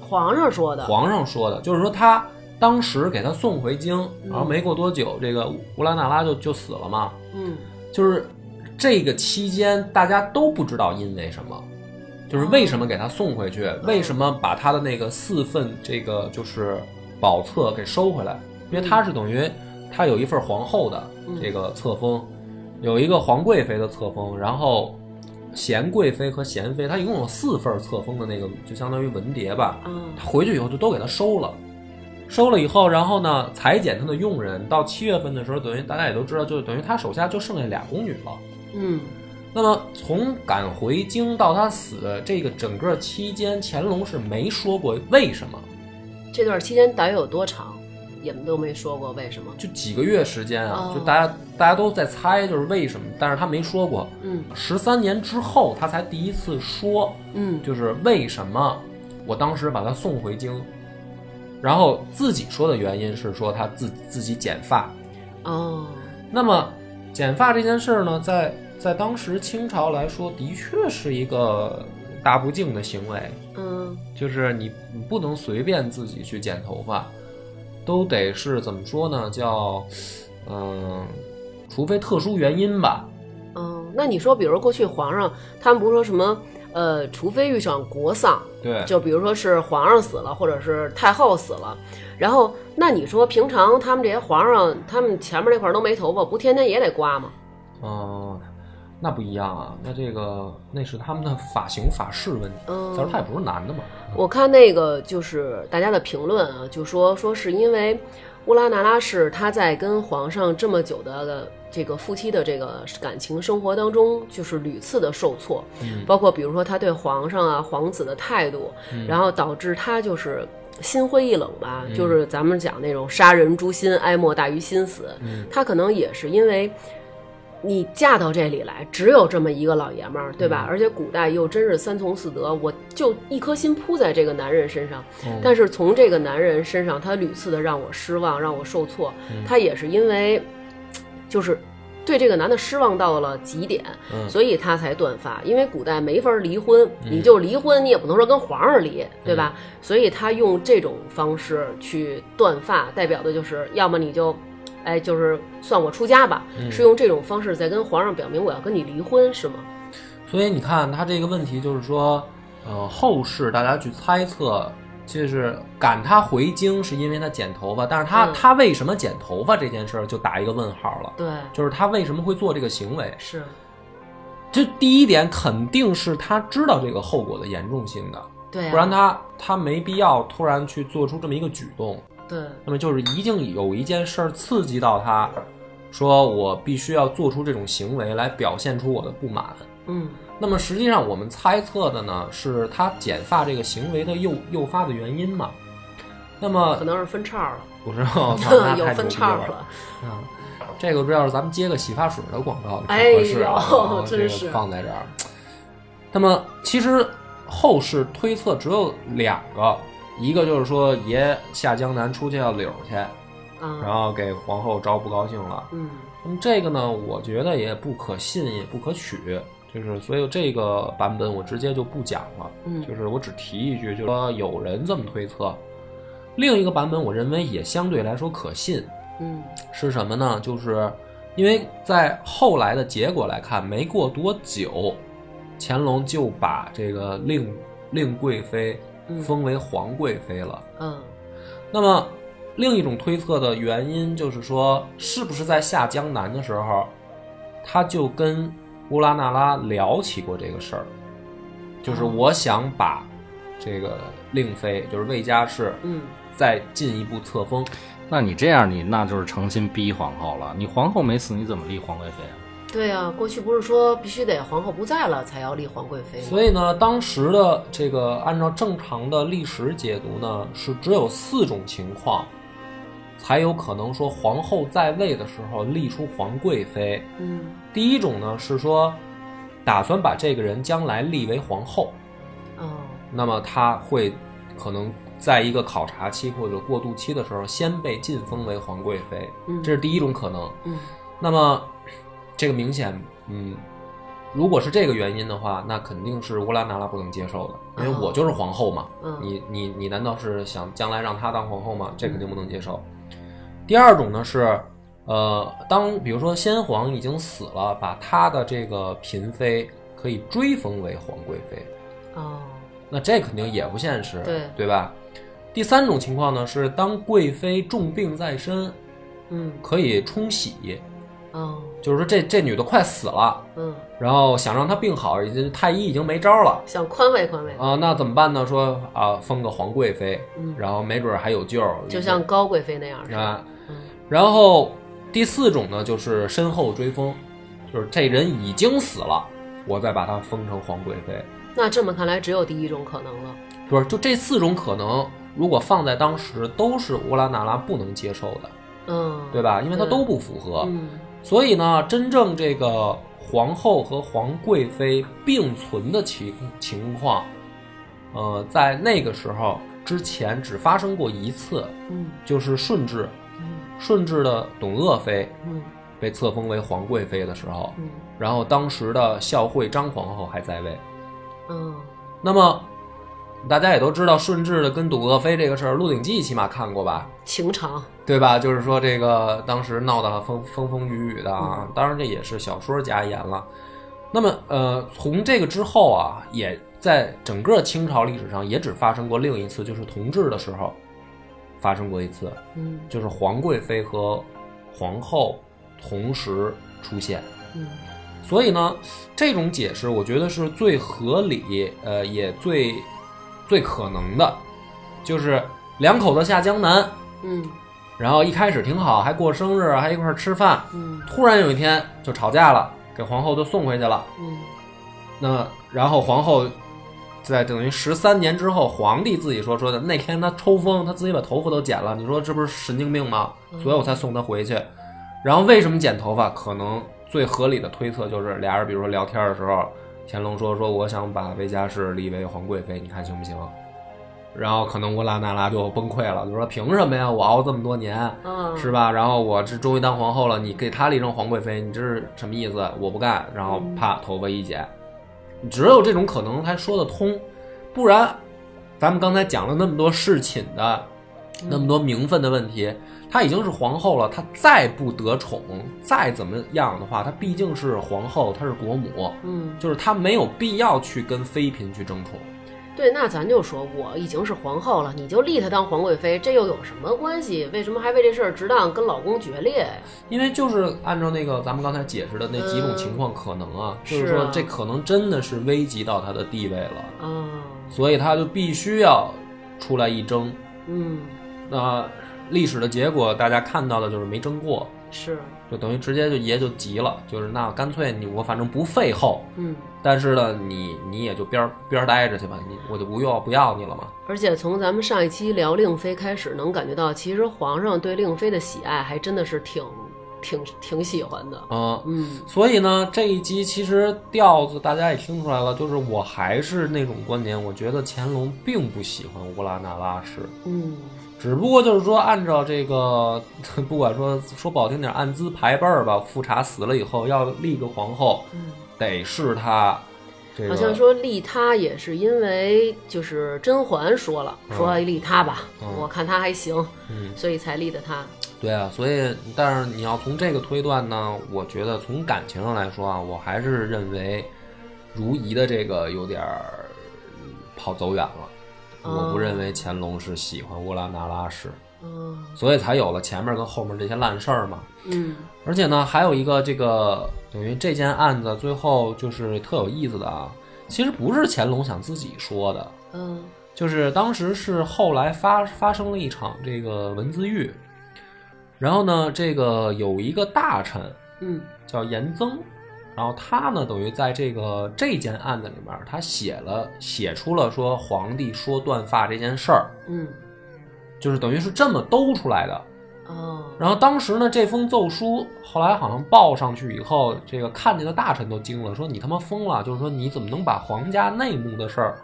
Speaker 2: 皇上说的，
Speaker 3: 皇上说的，就是说他当时给他送回京，然后没过多久，这个乌拉那拉就就死了嘛。
Speaker 2: 嗯
Speaker 3: 就是这个期间，大家都不知道因为什么，就是为什么给他送回去，为什么把他的那个四份这个就是宝册给收回来，因为他是等于他有一份皇后的这个册封，有一个皇贵妃的册封，然后贤贵妃和贤妃，他一共有四份册封的那个，就相当于文牒吧。
Speaker 2: 嗯
Speaker 3: 他回去以后就都给他收了，收了以后，然后呢，裁减他的佣人。到七月份的时候，等于大家也都知道，就是等于他手下就剩下俩宫女了。
Speaker 2: 嗯
Speaker 3: 那么从赶回京到他死这个整个期间，乾隆是没说过为什么，
Speaker 2: 这段期间大约有多长，也都没说过为什么。
Speaker 3: 就几个月时间啊
Speaker 2: 哦，
Speaker 3: 就大家大家都在猜就是为什么，但是他没说过。
Speaker 2: 嗯
Speaker 3: 十三年之后，他才第一次说，
Speaker 2: 嗯
Speaker 3: 就是为什么我当时把他送回京，然后自己说的原因是说他自自己剪发。
Speaker 2: 哦
Speaker 3: 那么剪发这件事儿呢，在在当时清朝来说，的确是一个大不敬的行为，
Speaker 2: 嗯
Speaker 3: 就是你你不能随便自己去剪头发，都得是怎么说呢？叫嗯、除非特殊原因吧。
Speaker 2: 嗯，那你说，比如过去皇上他们不是说什么呃，除非遇上国丧，
Speaker 3: 对
Speaker 2: 就比如说是皇上死了，或者是太后死了，然后那你说平常他们这些皇上，他们前面这块儿都没头发，不天天也得刮吗？
Speaker 3: 嗯，那不一样啊，那这个那是他们的发型发饰问题。
Speaker 2: 嗯
Speaker 3: 再说他也不是男的嘛。
Speaker 2: 我看那个就是大家的评论啊，就说说是因为乌拉那拉氏她在跟皇上这么久的这个夫妻的这个感情生活当中，就是屡次的受挫，
Speaker 3: 嗯
Speaker 2: 包括比如说她对皇上啊、皇子的态度，然后导致她就是。心灰意冷吧，就是咱们讲那种杀人诛心，哀莫大于心死。她可能也是因为你嫁到这里来，只有这么一个老爷们儿，对吧？而且古代又真是三从四德，我就一颗心扑在这个男人身上。但是从这个男人身上，他屡次的让我失望，让我受挫。他也是因为，就是对这个男的失望到了极点，
Speaker 3: 嗯
Speaker 2: 所以他才断发。因为古代没法离婚，你就离婚，你也不能说跟皇上离，对吧？所以他用这种方式去断发，代表的就是要么你就。哎，就是算我出家吧，
Speaker 3: 嗯
Speaker 2: 是用这种方式在跟皇上表明我要跟你离婚，是吗？
Speaker 3: 所以你看，他这个问题就是说，呃，后世大家去猜测，就是赶他回京是因为他剪头发，但是他、
Speaker 2: 嗯
Speaker 3: 他为什么剪头发这件事儿就打一个问号了，
Speaker 2: 对，
Speaker 3: 就是他为什么会做这个行为？
Speaker 2: 是，
Speaker 3: 这第一点肯定是他知道这个后果的严重性的，
Speaker 2: 对、啊，
Speaker 3: 不然他他没必要突然去做出这么一个举动。
Speaker 2: 对，
Speaker 3: 那么就是一定有一件事儿刺激到他，说我必须要做出这种行为来表现出我的不满。
Speaker 2: 嗯，
Speaker 3: 那么实际上我们猜测的呢，是他剪发这个行为的诱诱发的原因嘛？那么
Speaker 2: 可能是分叉了，
Speaker 3: 不是，我操，那
Speaker 2: 有
Speaker 3: 太
Speaker 2: 分
Speaker 3: 牛逼
Speaker 2: 叉
Speaker 3: 了
Speaker 2: 了，
Speaker 3: 啊！这个要是咱们接个洗发水的广 告，
Speaker 2: 哎呦
Speaker 3: 合适啊，我这
Speaker 2: 真是
Speaker 3: 个放在这儿。那么其实后世推测只有两个，一个就是说爷下江南出去要柳去，然
Speaker 2: 啊，
Speaker 3: 后给皇后招不高兴了。
Speaker 2: 嗯，
Speaker 3: 那么这个呢，我觉得也不可信，也不可取，就是所以这个版本我直接就不讲了，
Speaker 2: 嗯
Speaker 3: 就是我只提一句，就是说有人这么推测。另一个版本，我认为也相对来说可信，
Speaker 2: 嗯，
Speaker 3: 是什么呢？就是因为在后来的结果来看，没过多久，乾隆就把这个令令贵妃
Speaker 2: 嗯
Speaker 3: 封为皇贵妃了。
Speaker 2: 嗯，
Speaker 3: 那么，另一种推测的原因就是说，是不是在下江南的时候，他就跟乌拉那拉聊起过这个事儿，就是我想把这个令妃，就是魏佳氏，
Speaker 2: 嗯，
Speaker 3: 再进一步册封。
Speaker 5: 那你这样，你那就是诚心逼皇后了。你皇后没死，你怎么立皇贵妃啊？
Speaker 2: 对呀、过去不是说必须得皇后不在了才要立皇贵妃吗？
Speaker 3: 所以呢，当时的这个按照正常的历史解读呢，是只有四种情况，才有可能说皇后在位的时候立出皇贵妃。
Speaker 2: 嗯
Speaker 3: 第一种呢是说，打算把这个人将来立为皇后，
Speaker 2: 哦，
Speaker 3: 那么他会可能在一个考察期或者过渡期的时候，先被晋封为皇贵妃，
Speaker 2: 嗯
Speaker 3: 这是第一种可能。
Speaker 2: 嗯
Speaker 3: 那么这个明显，嗯，如果是这个原因的话，那肯定是乌拉那拉不能接受的，因为
Speaker 2: 哦
Speaker 3: 我就是皇后嘛，
Speaker 2: 嗯
Speaker 3: 你你你难道是想将来让她当皇后吗？这肯定不能接受。
Speaker 2: 嗯
Speaker 3: 第二种呢是，呃，当比如说先皇已经死了，把他的这个嫔妃可以追封为皇贵妃，
Speaker 2: 哦，
Speaker 3: 那这肯定也不现实，
Speaker 2: 对
Speaker 3: 吧？第三种情况呢是，当贵妃重病在身，
Speaker 2: 嗯
Speaker 3: 可以冲洗，
Speaker 2: 哦
Speaker 3: 就是说这这女的快死了，
Speaker 2: 嗯，
Speaker 3: 然后想让她病好，已经太医已经没招了
Speaker 2: 想宽慰宽慰，
Speaker 3: 啊、那怎么办呢？说啊、封个皇贵妃，
Speaker 2: 嗯
Speaker 3: 然后没准儿还有救儿，
Speaker 2: 就像高贵妃那样是吧？
Speaker 3: 啊。
Speaker 2: 嗯
Speaker 3: 然后第四种呢，就是身后追封，就是这人已经死了，我再把她封成皇贵妃。
Speaker 2: 那这么看来，只有第一种可能了。
Speaker 3: 不是，就这四种可能，如果放在当时，都是乌拉那拉不能接受的，
Speaker 2: 嗯，
Speaker 3: 对吧？因为它
Speaker 2: 对
Speaker 3: 都不符合。
Speaker 2: 嗯
Speaker 3: 所以呢，真正这个皇后和皇贵妃并存的情情况，呃，在那个时候之前只发生过一次，
Speaker 2: 嗯
Speaker 3: 就是顺治，
Speaker 2: 嗯
Speaker 3: 顺治的董鄂妃
Speaker 2: 嗯
Speaker 3: 被册封为皇贵妃的时候，
Speaker 2: 嗯
Speaker 3: 然后当时的孝惠张皇后还在位。
Speaker 2: 嗯，
Speaker 3: 那么，大家也都知道顺治的跟董鄂妃这个事儿，《鹿鼎记》起码看过吧？
Speaker 2: 情长，
Speaker 3: 对吧？就是说这个当时闹得风风风雨雨的啊，当然这也是小说加言了。那么呃，从这个之后啊，也在整个清朝历史上也只发生过另一次，就是同治的时候发生过一次，
Speaker 2: 嗯
Speaker 3: 就是皇贵妃和皇后同时出现。
Speaker 2: 嗯
Speaker 3: 所以呢，这种解释我觉得是最合理，呃，也最最可能的，就是两口子下江南，
Speaker 2: 嗯
Speaker 3: 然后一开始挺好，还过生日，还一块儿吃饭。
Speaker 2: 嗯
Speaker 3: 突然有一天就吵架了，给皇后就送回去了。
Speaker 2: 嗯
Speaker 3: 那然后皇后在等于十三年之后，皇帝自己说说的那天他抽风，他自己把头发都剪了。你说这不是神经病吗？所以我才送他回去。然后为什么剪头发？可能最合理的推测就是俩人比如说聊天的时候，乾隆说说我想把维嘉氏立为皇贵妃，你看行不行？然后可能乌拉那拉就崩溃了，就说凭什么呀？我熬这么多年，
Speaker 2: 嗯，
Speaker 3: 是吧？然后我这终于当皇后了，你给她立成皇贵妃，你这是什么意思？我不干。然后啪，头发一剪，只有这种可能才说得通，不然，咱们刚才讲了那么多侍寝的，那么多名分的问题，她已经是皇后了，她再不得宠，再怎么样的话，她毕竟是皇后，她是国母，
Speaker 2: 嗯，
Speaker 3: 就是她没有必要去跟妃嫔去争宠。
Speaker 2: 对，那咱就说我已经是皇后了，你就立她当皇贵妃，这又有什么关系？为什么还为这事儿值当跟老公决裂？
Speaker 3: 因为就是按照那个咱们刚才解释的那几种情况可能啊，就是
Speaker 2: 是
Speaker 3: 说
Speaker 2: 啊
Speaker 3: 这可能真的是危及到他的地位了，
Speaker 2: 啊，
Speaker 3: 所以他就必须要出来一争。
Speaker 2: 嗯，
Speaker 3: 那历史的结果大家看到的就是没争过，
Speaker 2: 是，
Speaker 3: 就等于直接就爷就急了，就是那干脆你我反正不废后，
Speaker 2: 嗯。
Speaker 3: 但是呢你你也就边儿边儿待着去吧，你我就不要不要你了嘛。
Speaker 2: 而且从咱们上一期聊令妃开始，能感觉到其实皇上对令妃的喜爱还真的是挺挺挺喜欢的。
Speaker 3: 嗯，
Speaker 2: 嗯
Speaker 3: 所以呢，这一集其实调子大家也听出来了，就是我还是那种观点，我觉得乾隆并不喜欢乌拉那拉氏，
Speaker 2: 嗯
Speaker 3: 只不过就是说按照这个， 不管说说不好听点，按资排辈儿吧，富察死了以后要立个皇后，
Speaker 2: 嗯，
Speaker 3: 得是她。这个
Speaker 2: 好像说立她也是因为就是甄嬛说了，
Speaker 3: 嗯
Speaker 2: 说立她吧，
Speaker 3: 嗯
Speaker 2: 我看她还行，
Speaker 3: 嗯，
Speaker 2: 所以才立的她。
Speaker 3: 对啊，所以但是你要从这个推断呢，我觉得从感情上来说啊，我还是认为如懿的这个有点儿跑走远了。我不
Speaker 2: 哦
Speaker 3: 认为乾隆是喜欢乌拉那拉氏，
Speaker 2: 嗯
Speaker 3: 所以才有了前面跟后面这些烂事儿嘛。
Speaker 2: 嗯
Speaker 3: 而且呢，还有一个这个等于这件案子最后就是特有意思的啊，其实不是乾隆想自己说的，
Speaker 2: 嗯
Speaker 3: 就是当时是后来发发生了一场这个文字狱，然后呢，这个有一个大臣
Speaker 2: 嗯
Speaker 3: 叫严增，然后他呢等于在这个这件案子里面，他写了写出了说皇帝说断发这件事儿，
Speaker 2: 嗯
Speaker 3: 就是等于是这么兜出来的。
Speaker 2: 哦
Speaker 3: 然后当时呢，这封奏书后来好像报上去以后，这个看见的大臣都惊了，说你他妈疯了！就是说你怎么能把皇家内幕的事儿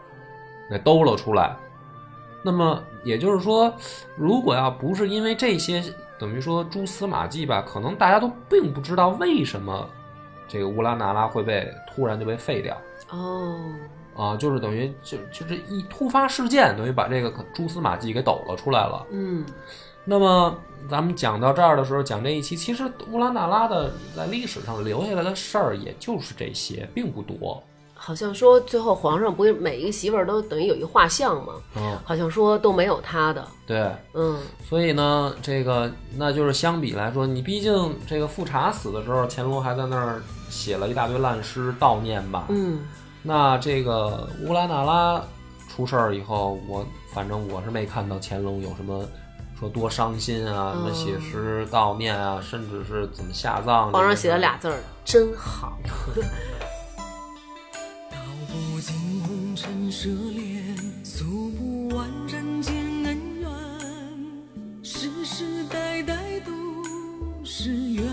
Speaker 3: 给兜了出来？那么也就是说，如果要不是因为这些等于说蛛丝马迹吧，可能大家都并不知道为什么这个乌拉那拉会被突然就被废掉。
Speaker 2: 哦
Speaker 3: 啊，就是等于就就这一突发事件，等于把这个蛛丝马迹给抖了出来了。
Speaker 2: 嗯
Speaker 3: 那么咱们讲到这儿的时候，讲这一期，其实乌拉那拉的在历史上留下来的事儿，也就是这些，并不多。
Speaker 2: 好像说最后皇上不是每一个媳妇儿都等于有一画像吗？
Speaker 3: 嗯，
Speaker 2: 好像说都没有她的。
Speaker 3: 对，
Speaker 2: 嗯
Speaker 3: 所以呢，这个那就是相比来说，你毕竟这个富察死的时候，乾隆还在那儿写了一大堆烂诗悼念吧。
Speaker 2: 嗯
Speaker 3: 那这个乌拉那拉出事儿以后，我反正我是没看到乾隆有什么。说多伤心啊，什么
Speaker 2: 嗯
Speaker 3: 写诗悼念啊，甚至是怎么下葬。
Speaker 2: 皇上写了俩，字
Speaker 3: 嗯
Speaker 2: 儿，真好。
Speaker 1: 道不尽红尘涉猎，诉不完人间恩怨，世世代代都是缘，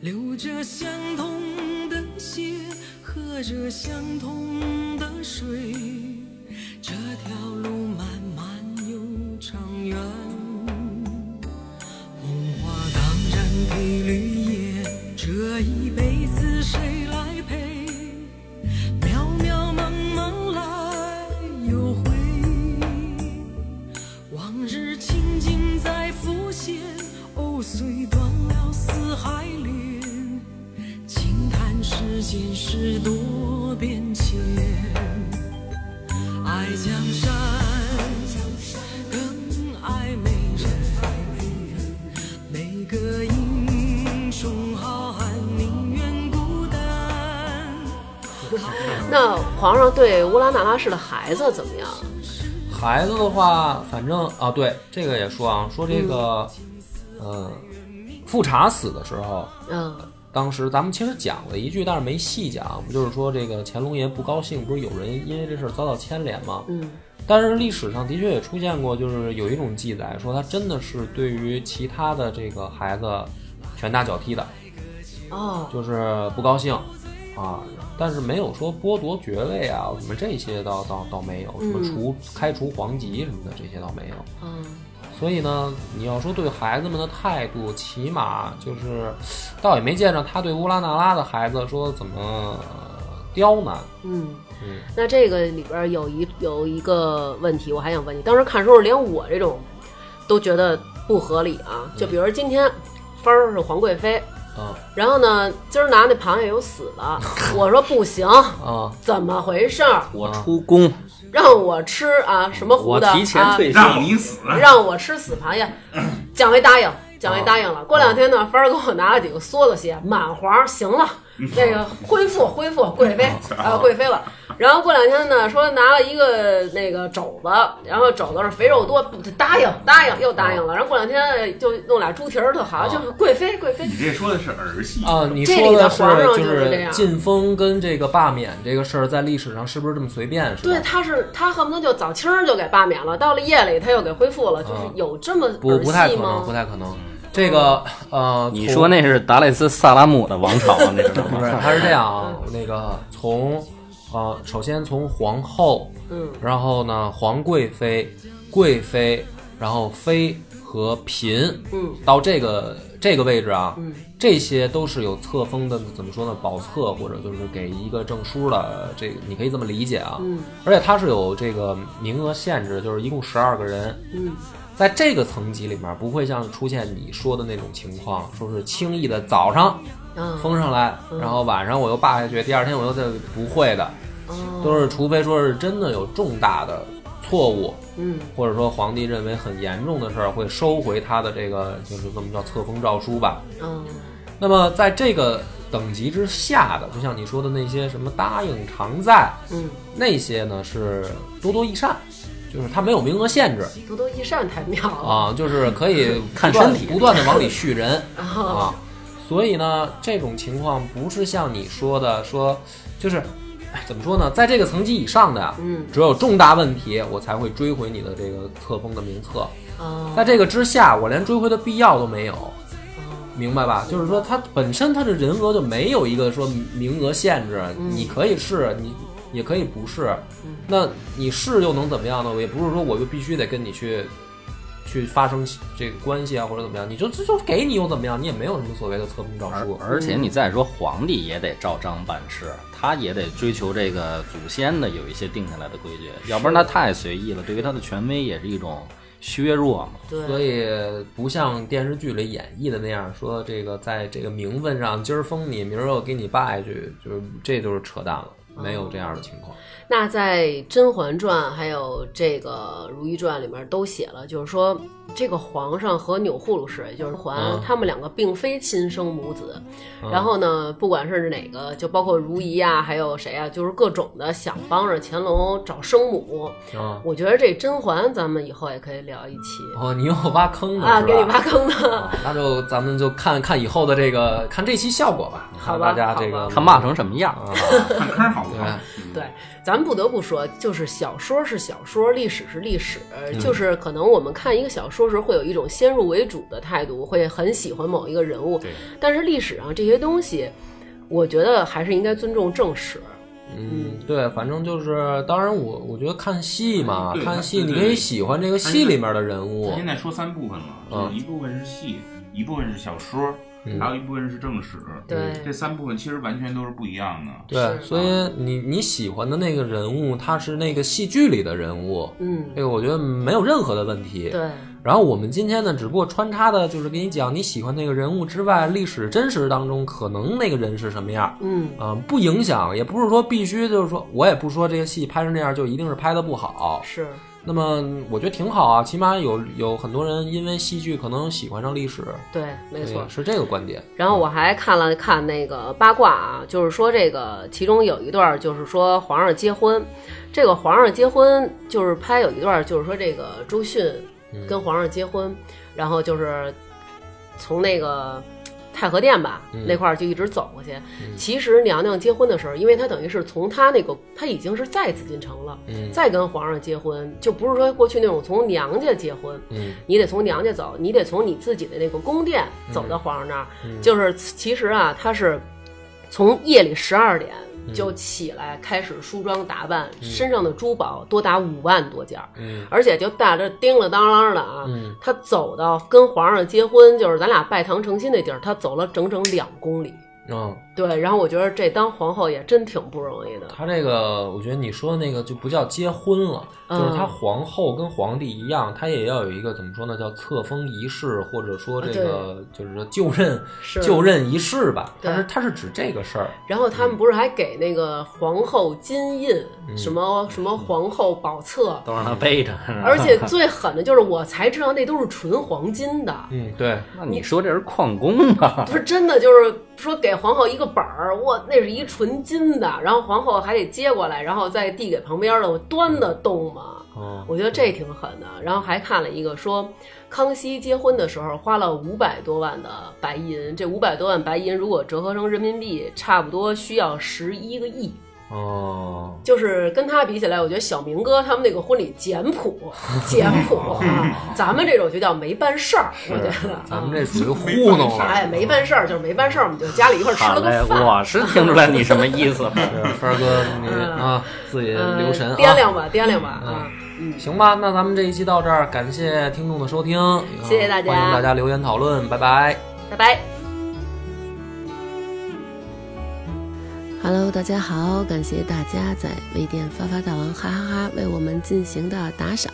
Speaker 1: 流着相同的血，喝着相同的水，这条路漫漫又长远。红花当然配绿叶，这一辈子谁来陪？渺渺茫茫来又回，往日情景在浮现，藕虽断了丝还连，轻叹世间事多变迁。爱江山，更爱美人。每个英雄好汉宁愿孤单。
Speaker 2: 那皇上对乌拉那拉氏的孩子怎么样？
Speaker 3: 孩子的话，反正啊，对这个也说啊，说这个，呃，富察死的时候，
Speaker 2: 嗯
Speaker 3: 当时咱们其实讲了一句，但是没细讲，不就是说这个乾隆爷不高兴，不是有人因为这事儿遭到牵连吗？
Speaker 2: 嗯
Speaker 3: 但是历史上的确也出现过，就是有一种记载说他真的是对于其他的这个孩子拳打脚踢的，
Speaker 2: 哦，
Speaker 3: 就是不高兴啊，但是没有说剥夺爵位啊什么这些倒倒倒没有，什么
Speaker 2: 嗯
Speaker 3: 除开除皇籍什么的这些倒没有。
Speaker 2: 嗯，
Speaker 3: 所以呢，你要说对孩子们的态度，起码就是，倒也没见着他对乌拉那拉的孩子说怎么呃刁难。
Speaker 2: 嗯
Speaker 3: 嗯，
Speaker 2: 那这个里边有一有一个问题，我还想问你，当时看的时候连我这种都觉得不合理
Speaker 5: 嗯
Speaker 2: 啊。就比如今天分儿是皇贵妃，
Speaker 3: 啊
Speaker 2: 然后呢今儿拿那螃蟹有死 的，我说不行，
Speaker 3: 啊，
Speaker 2: 怎么回事儿？
Speaker 5: 我出宫，
Speaker 2: 让我吃啊什么糊
Speaker 5: 我
Speaker 2: 的
Speaker 5: 提前退休，
Speaker 4: 让你死。
Speaker 2: 啊，让我吃死螃 蟹，蒋维答应。蒋维答应
Speaker 3: 哦
Speaker 2: 了，过两天呢，帆儿给我拿了几个梭子鞋，满黄，行了，
Speaker 3: 嗯
Speaker 2: 那个恢复恢
Speaker 3: 哦
Speaker 2: 复贵妃啊贵妃了。然后过两天呢，说拿了一个那个肘子，然后肘子是肥肉多，不答应答
Speaker 3: 嗯
Speaker 2: 应又答应
Speaker 3: 哦
Speaker 2: 了。然后过两天就弄俩猪蹄儿特好，就是贵妃贵妃
Speaker 3: 嗯
Speaker 4: 你这说的是儿戏
Speaker 3: 啊，你
Speaker 2: 这
Speaker 3: 说
Speaker 2: 里的
Speaker 3: 是
Speaker 2: 皇上
Speaker 3: 就
Speaker 2: 就是这样
Speaker 3: 晋封跟这个罢免这个事儿，在历史上是不是这么随便？是吧
Speaker 2: 对，他是他恨不得就早清儿就给罢免了，到了夜里他又给恢复了，就是
Speaker 3: 啊
Speaker 2: 有这么
Speaker 3: 不
Speaker 2: 儿
Speaker 3: 不太
Speaker 2: 戏
Speaker 3: 可能，不
Speaker 2: 吗？
Speaker 3: 太可能。这个呃，
Speaker 5: 你
Speaker 3: 从
Speaker 5: 说那是达赖斯萨拉姆的王朝，啊那是
Speaker 3: 不是，他是这样啊，那个从呃，首先从皇后，
Speaker 2: 嗯，
Speaker 3: 然后呢，皇贵妃、贵妃，然后妃和嫔，
Speaker 2: 嗯，
Speaker 3: 到这个这个位置啊，
Speaker 2: 嗯，
Speaker 3: 这些都是有册封的，怎么说呢？保册或者就是给一个证书的，这个你可以这么理解啊，
Speaker 2: 嗯，
Speaker 3: 而且它是有这个名额限制，就是一共十二个人，
Speaker 2: 嗯，
Speaker 3: 在这个层级里面，不会像出现你说的那种情况，说是轻易的早上
Speaker 2: 嗯，
Speaker 3: 封上来，然后晚上我又罢下去，第二天我又再不会的，
Speaker 2: 哦
Speaker 3: 都是除非说是真的有重大的错误，
Speaker 2: 嗯
Speaker 3: 或者说皇帝认为很严重的事儿，会收回他的这个就是这么叫册封诏书吧。
Speaker 2: 嗯
Speaker 3: 那么在这个等级之下的，就像你说的那些什么答应常在
Speaker 2: 嗯。
Speaker 3: 那些呢，是多多益善，就是它没有名额限制
Speaker 2: 多多益善太妙了！
Speaker 3: 啊，就是可以
Speaker 5: 看
Speaker 3: 不断
Speaker 5: 身体哦
Speaker 3: 不断的往里续 人。
Speaker 2: 啊
Speaker 3: 啊，所以呢，这种情况不是像你说的说，就是哎怎么说呢，在这个层级以上的呀，
Speaker 2: 嗯
Speaker 3: 只有重大问题我才会追回你的这个册封的名册，
Speaker 2: 啊
Speaker 3: 在这个之下，我连追回的必要都没有。明白吧？就是说，它本身它的人额就没有一个说名额限制，你可以是，你也可以不是。那你是又能怎么样呢？我也不是说我就必须得跟你去去发生这个关系啊，或者怎么样？你就这就给你又怎么样？你也没有什么所谓的册封诏
Speaker 5: 而
Speaker 3: 书。
Speaker 5: 而且你再说皇帝也得照章办事，他也得追求这个祖先的有一些定下来的规矩，要不然他太随意了，对于他的权威也是一种削弱嘛。
Speaker 3: 所
Speaker 2: 对，
Speaker 3: 以不像电视剧里演绎的那样，说这个在这个名分上，今儿封你，明儿又给你罢下去，就是这就是扯淡了，没有这样的情况。
Speaker 2: 那在《甄嬛传》还有这个《如懿传》里面都写了，就是说这个皇上和钮祜禄氏，也就是嬛，
Speaker 3: 嗯
Speaker 2: 他们两个并非亲生母子。然后呢，不管是哪个，就包括如懿啊，还有谁啊，就是各种的想帮着乾隆找生母。
Speaker 3: 啊，
Speaker 2: 我觉得这甄嬛，咱们以后也可以聊一期
Speaker 3: 哦，你又挖坑呢
Speaker 2: 啊，
Speaker 3: 是吧
Speaker 2: 给你挖坑呢。
Speaker 3: 啊那就咱们就看看以后的这个，看这期效果吧，
Speaker 2: 好
Speaker 3: 看
Speaker 2: 吧
Speaker 3: 大家
Speaker 2: 好
Speaker 3: 这个
Speaker 2: 吧
Speaker 5: 看骂成什么样？
Speaker 3: 啊，
Speaker 4: 看坑好不嗯好？
Speaker 2: 对，咱们不得不说，就是小说是小说，历史是历史，就是可能我们看一个小说时会有一种先入为主的态度，会很喜欢某一个人物，但是历史上这些东西，我觉得还是应该尊重正史。
Speaker 3: 嗯，对，反正就是，当然我我觉得看戏嘛
Speaker 4: 对，
Speaker 3: 看戏
Speaker 4: 对
Speaker 3: 你
Speaker 4: 对
Speaker 3: 可以喜欢这个戏里面的人物
Speaker 4: 他现在说三部分了，
Speaker 3: 嗯
Speaker 4: 就是一部分是戏，一部分是小说，还有一部分是正史。
Speaker 2: 对
Speaker 4: 这三部分其实完全都是不一样的。
Speaker 3: 对，
Speaker 2: 是
Speaker 3: 所以你你喜欢的那个人物，他是那个戏剧里的人物，
Speaker 2: 嗯，
Speaker 3: 这个我觉得没有任何的问题。
Speaker 2: 对，
Speaker 3: 然后我们今天呢，只不过穿插的就是给你讲你喜欢那个人物之外，历史真实当中可能那个人是什么样，
Speaker 2: 嗯，
Speaker 3: 啊、不影响，也不是说必须，就是说我也不说这个戏拍成这样就一定是拍的不好。
Speaker 2: 是，
Speaker 3: 那么我觉得挺好啊，起码有有很多人因为戏剧可能喜欢上历史，
Speaker 2: 对，没错
Speaker 3: 对。是这个观点。
Speaker 2: 然后我还看了看那个八卦啊，就是说这个其中有一段儿就是说皇上结婚，这个皇上结婚就是拍有一段儿就是说这个周
Speaker 3: 嗯
Speaker 2: 迅跟皇上结婚，然后就是从那个。太和殿吧、
Speaker 3: 嗯
Speaker 2: 那块儿就一直走过去。其实娘娘结婚的时候，因为她等于是从她那个，她已经是再次进城了，
Speaker 3: 嗯
Speaker 2: 再跟皇上结婚，就不是说过去那种从娘家结婚，
Speaker 3: 嗯
Speaker 2: 你得从娘家走，你得从你自己的那个宫殿走到皇上那儿。
Speaker 3: 嗯
Speaker 2: 就是其实啊，他是从夜里十二点就起来，开始梳妆打扮，身上的珠宝多达五万多件儿，
Speaker 3: 嗯
Speaker 2: 而且就带着叮了当啷的啊。
Speaker 3: 嗯
Speaker 2: 他走到跟皇上结婚，就是咱俩拜堂成亲那地儿，他走了整整两公里。
Speaker 3: 嗯，
Speaker 2: 对，然后我觉得这当皇后也真挺不容易的。
Speaker 3: 他这个，我觉得你说的那个就不叫结婚了，
Speaker 2: 嗯
Speaker 3: 就是他皇后跟皇帝一样，他也要有一个怎么说呢，叫册封仪式，或者说这个就是说就任
Speaker 2: 啊是
Speaker 3: 就任仪式吧。
Speaker 2: 对
Speaker 3: 他是他是指这个事儿，
Speaker 2: 然后他们不是还给那个皇后金印，什么什么皇后宝册，
Speaker 5: 都让他背着。
Speaker 2: 而且最狠的就是我才知道那都是纯黄金的，
Speaker 3: 嗯，对，
Speaker 5: 那你说这是旷工 吧？
Speaker 2: 不是真的，就是说给皇后一个本儿，哇，那是一纯金的，然后皇后还得接过来，然后再递给旁边的，我端得动吗？
Speaker 3: 嗯
Speaker 2: 我觉得这挺狠的。然后还看了一个说，康熙结婚的时候花了五百多万的白银，这五百多万白银如果折合成人民币，差不多需要十一个亿。
Speaker 3: 哦，
Speaker 2: 就是跟他比起来，我觉得小明哥他们那个婚礼简朴，简朴啊，咱们这种就叫没办事儿，我觉得啊
Speaker 3: 咱们这属于糊弄了。
Speaker 2: 哎没办事儿就是没办事儿，我们就家里一块儿吃
Speaker 5: 好
Speaker 2: 了
Speaker 5: 嘞，
Speaker 2: 个饭，
Speaker 5: 我是听出来你什么意思了。
Speaker 3: 是帆儿哥，你啊，自己
Speaker 2: 嗯
Speaker 3: 留神
Speaker 2: 掂
Speaker 3: 啊。
Speaker 2: 量吧，掂量吧啊，嗯，
Speaker 3: 行吧，那咱们这一期到这儿，感谢听众的收听，
Speaker 2: 谢谢大家
Speaker 3: 欢迎大家留言讨论，拜拜。
Speaker 2: 拜拜。
Speaker 7: Hello，大家好，感谢大家在微店发发大王哈哈哈为我们进行的打赏。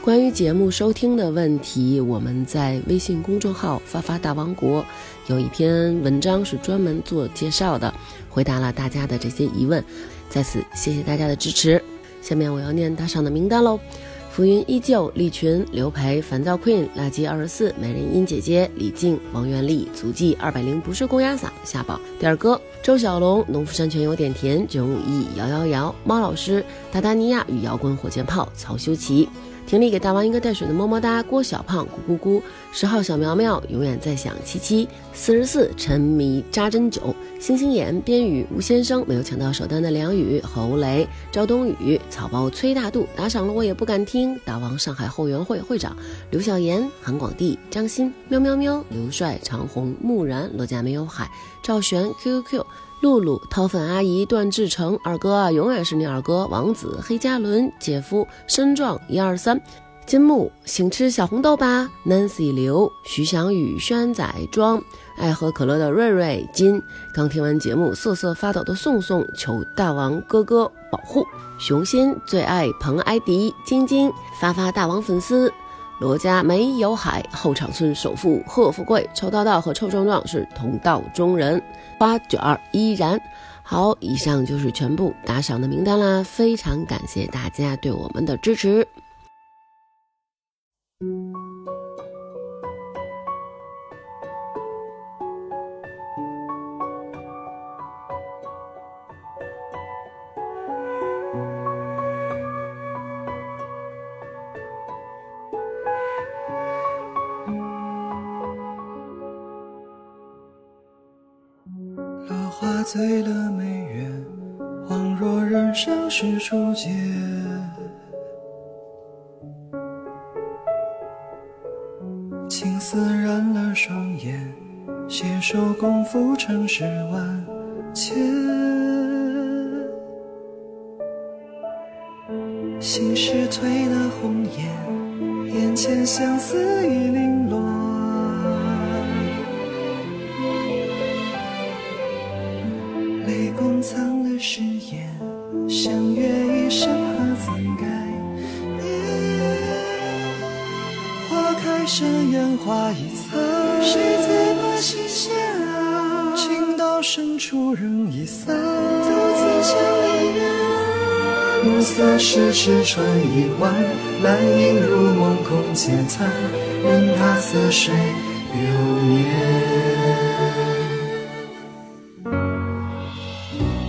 Speaker 7: 关于节目收听的问题，我们在微信公众号“发发大王国”有一篇文章是专门做介绍的，回答了大家的这些疑问。在此谢谢大家的支持。下面我要念打赏的名单喽。浮云依旧、利群、刘培、烦躁 Queen、垃圾二十四、美人音姐姐、李静、王元丽、足迹二百零不是公鸭嗓、夏宝、点儿哥、周小龙、农夫山泉有点甜、九五一、摇摇摇、猫老师、达达尼亚与摇滚火箭炮、曹修齐。婷丽给大王一个带水的么么哒，郭小胖咕咕咕，十号小苗苗永远在想七七，四十四沉迷扎针灸，星星眼边雨吴先生没有抢到首单的梁宇侯雷赵冬雨草包崔大度打赏了我也不敢听，大王上海后援会会长刘晓岩韩广帝张鑫喵喵喵刘帅长虹木然罗家没有海赵璇 QQQ。露露、掏粪阿姨、段志成、二哥啊，永远是你二哥。王子、黑加仑、姐夫、身壮一二三、金木，请吃小红豆吧。Nancy 刘、徐翔宇、轩仔庄、爱喝可乐的瑞瑞、金。刚听完节目瑟瑟发抖的宋宋，求大王哥哥保护。熊心最爱彭艾迪、晶晶、发发大王粉丝。罗家没有海，后场村首富贺富贵、臭道道和臭壮壮是同道中人。花卷儿依然。好，以上就是全部打赏的名单啦，非常感谢大家对我们的支持。
Speaker 6: 落花醉了眉月，恍若人生是初见。青丝染了双眼，携手共赴尘世万千。心事褪了红颜，眼前相思已零落。泪共藏了誓言，相约一生何曾改变？花开盛艳花已残，谁在把心弦啊？情到深处人已散，独自千里远。暮色是迟船已晚，兰影如梦空嗟叹，任它似水流年。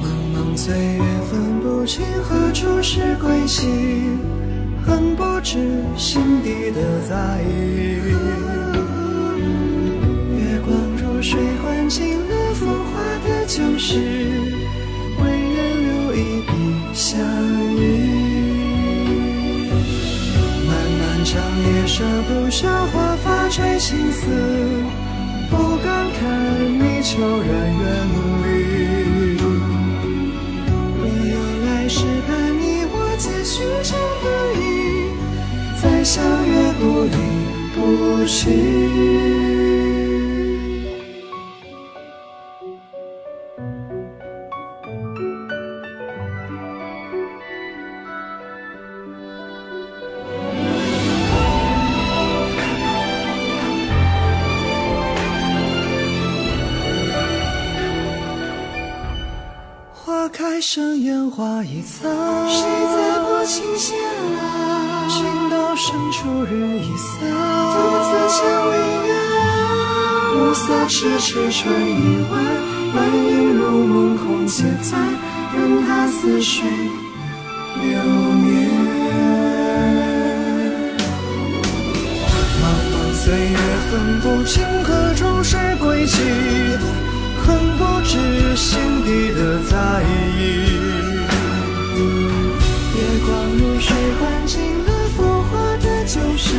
Speaker 6: 茫茫岁月分不清何处是归期，恨不知心底的在意。月光如
Speaker 1: 水灌进了风化的旧事，为人留一笔相遇。漫漫长夜舍不下华发摘青丝，不敢看你悄然远离。若有来世，盼你我皆寻常不易，再相约不离不弃。花开盛艳花已残，谁在拨琴弦啊？情到深处人已散，独自将离岸。暮色迟迟转已晚，满影如梦空嗟叹，任它似水流年。茫茫岁月分不清何处是归期，恨不知心底的在意。月光如水灌进了浮华的旧事，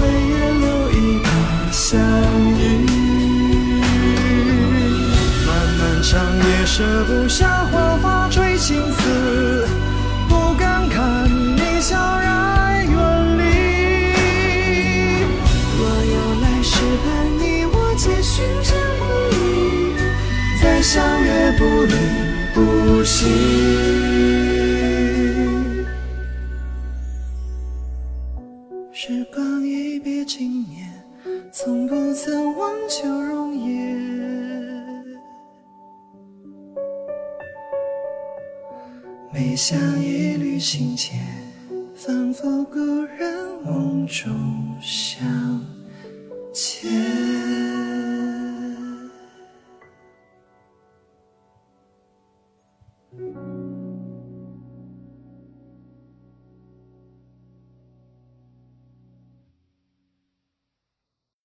Speaker 1: 为人留一笔相依。漫漫长夜舍不下华发垂青丝，不敢看你悄然远离。若有来世，盼你我皆寻常不易，再相约不离不弃。时光一别经年，从不曾忘旧容颜。每想一缕情牵，仿佛故人梦中相见。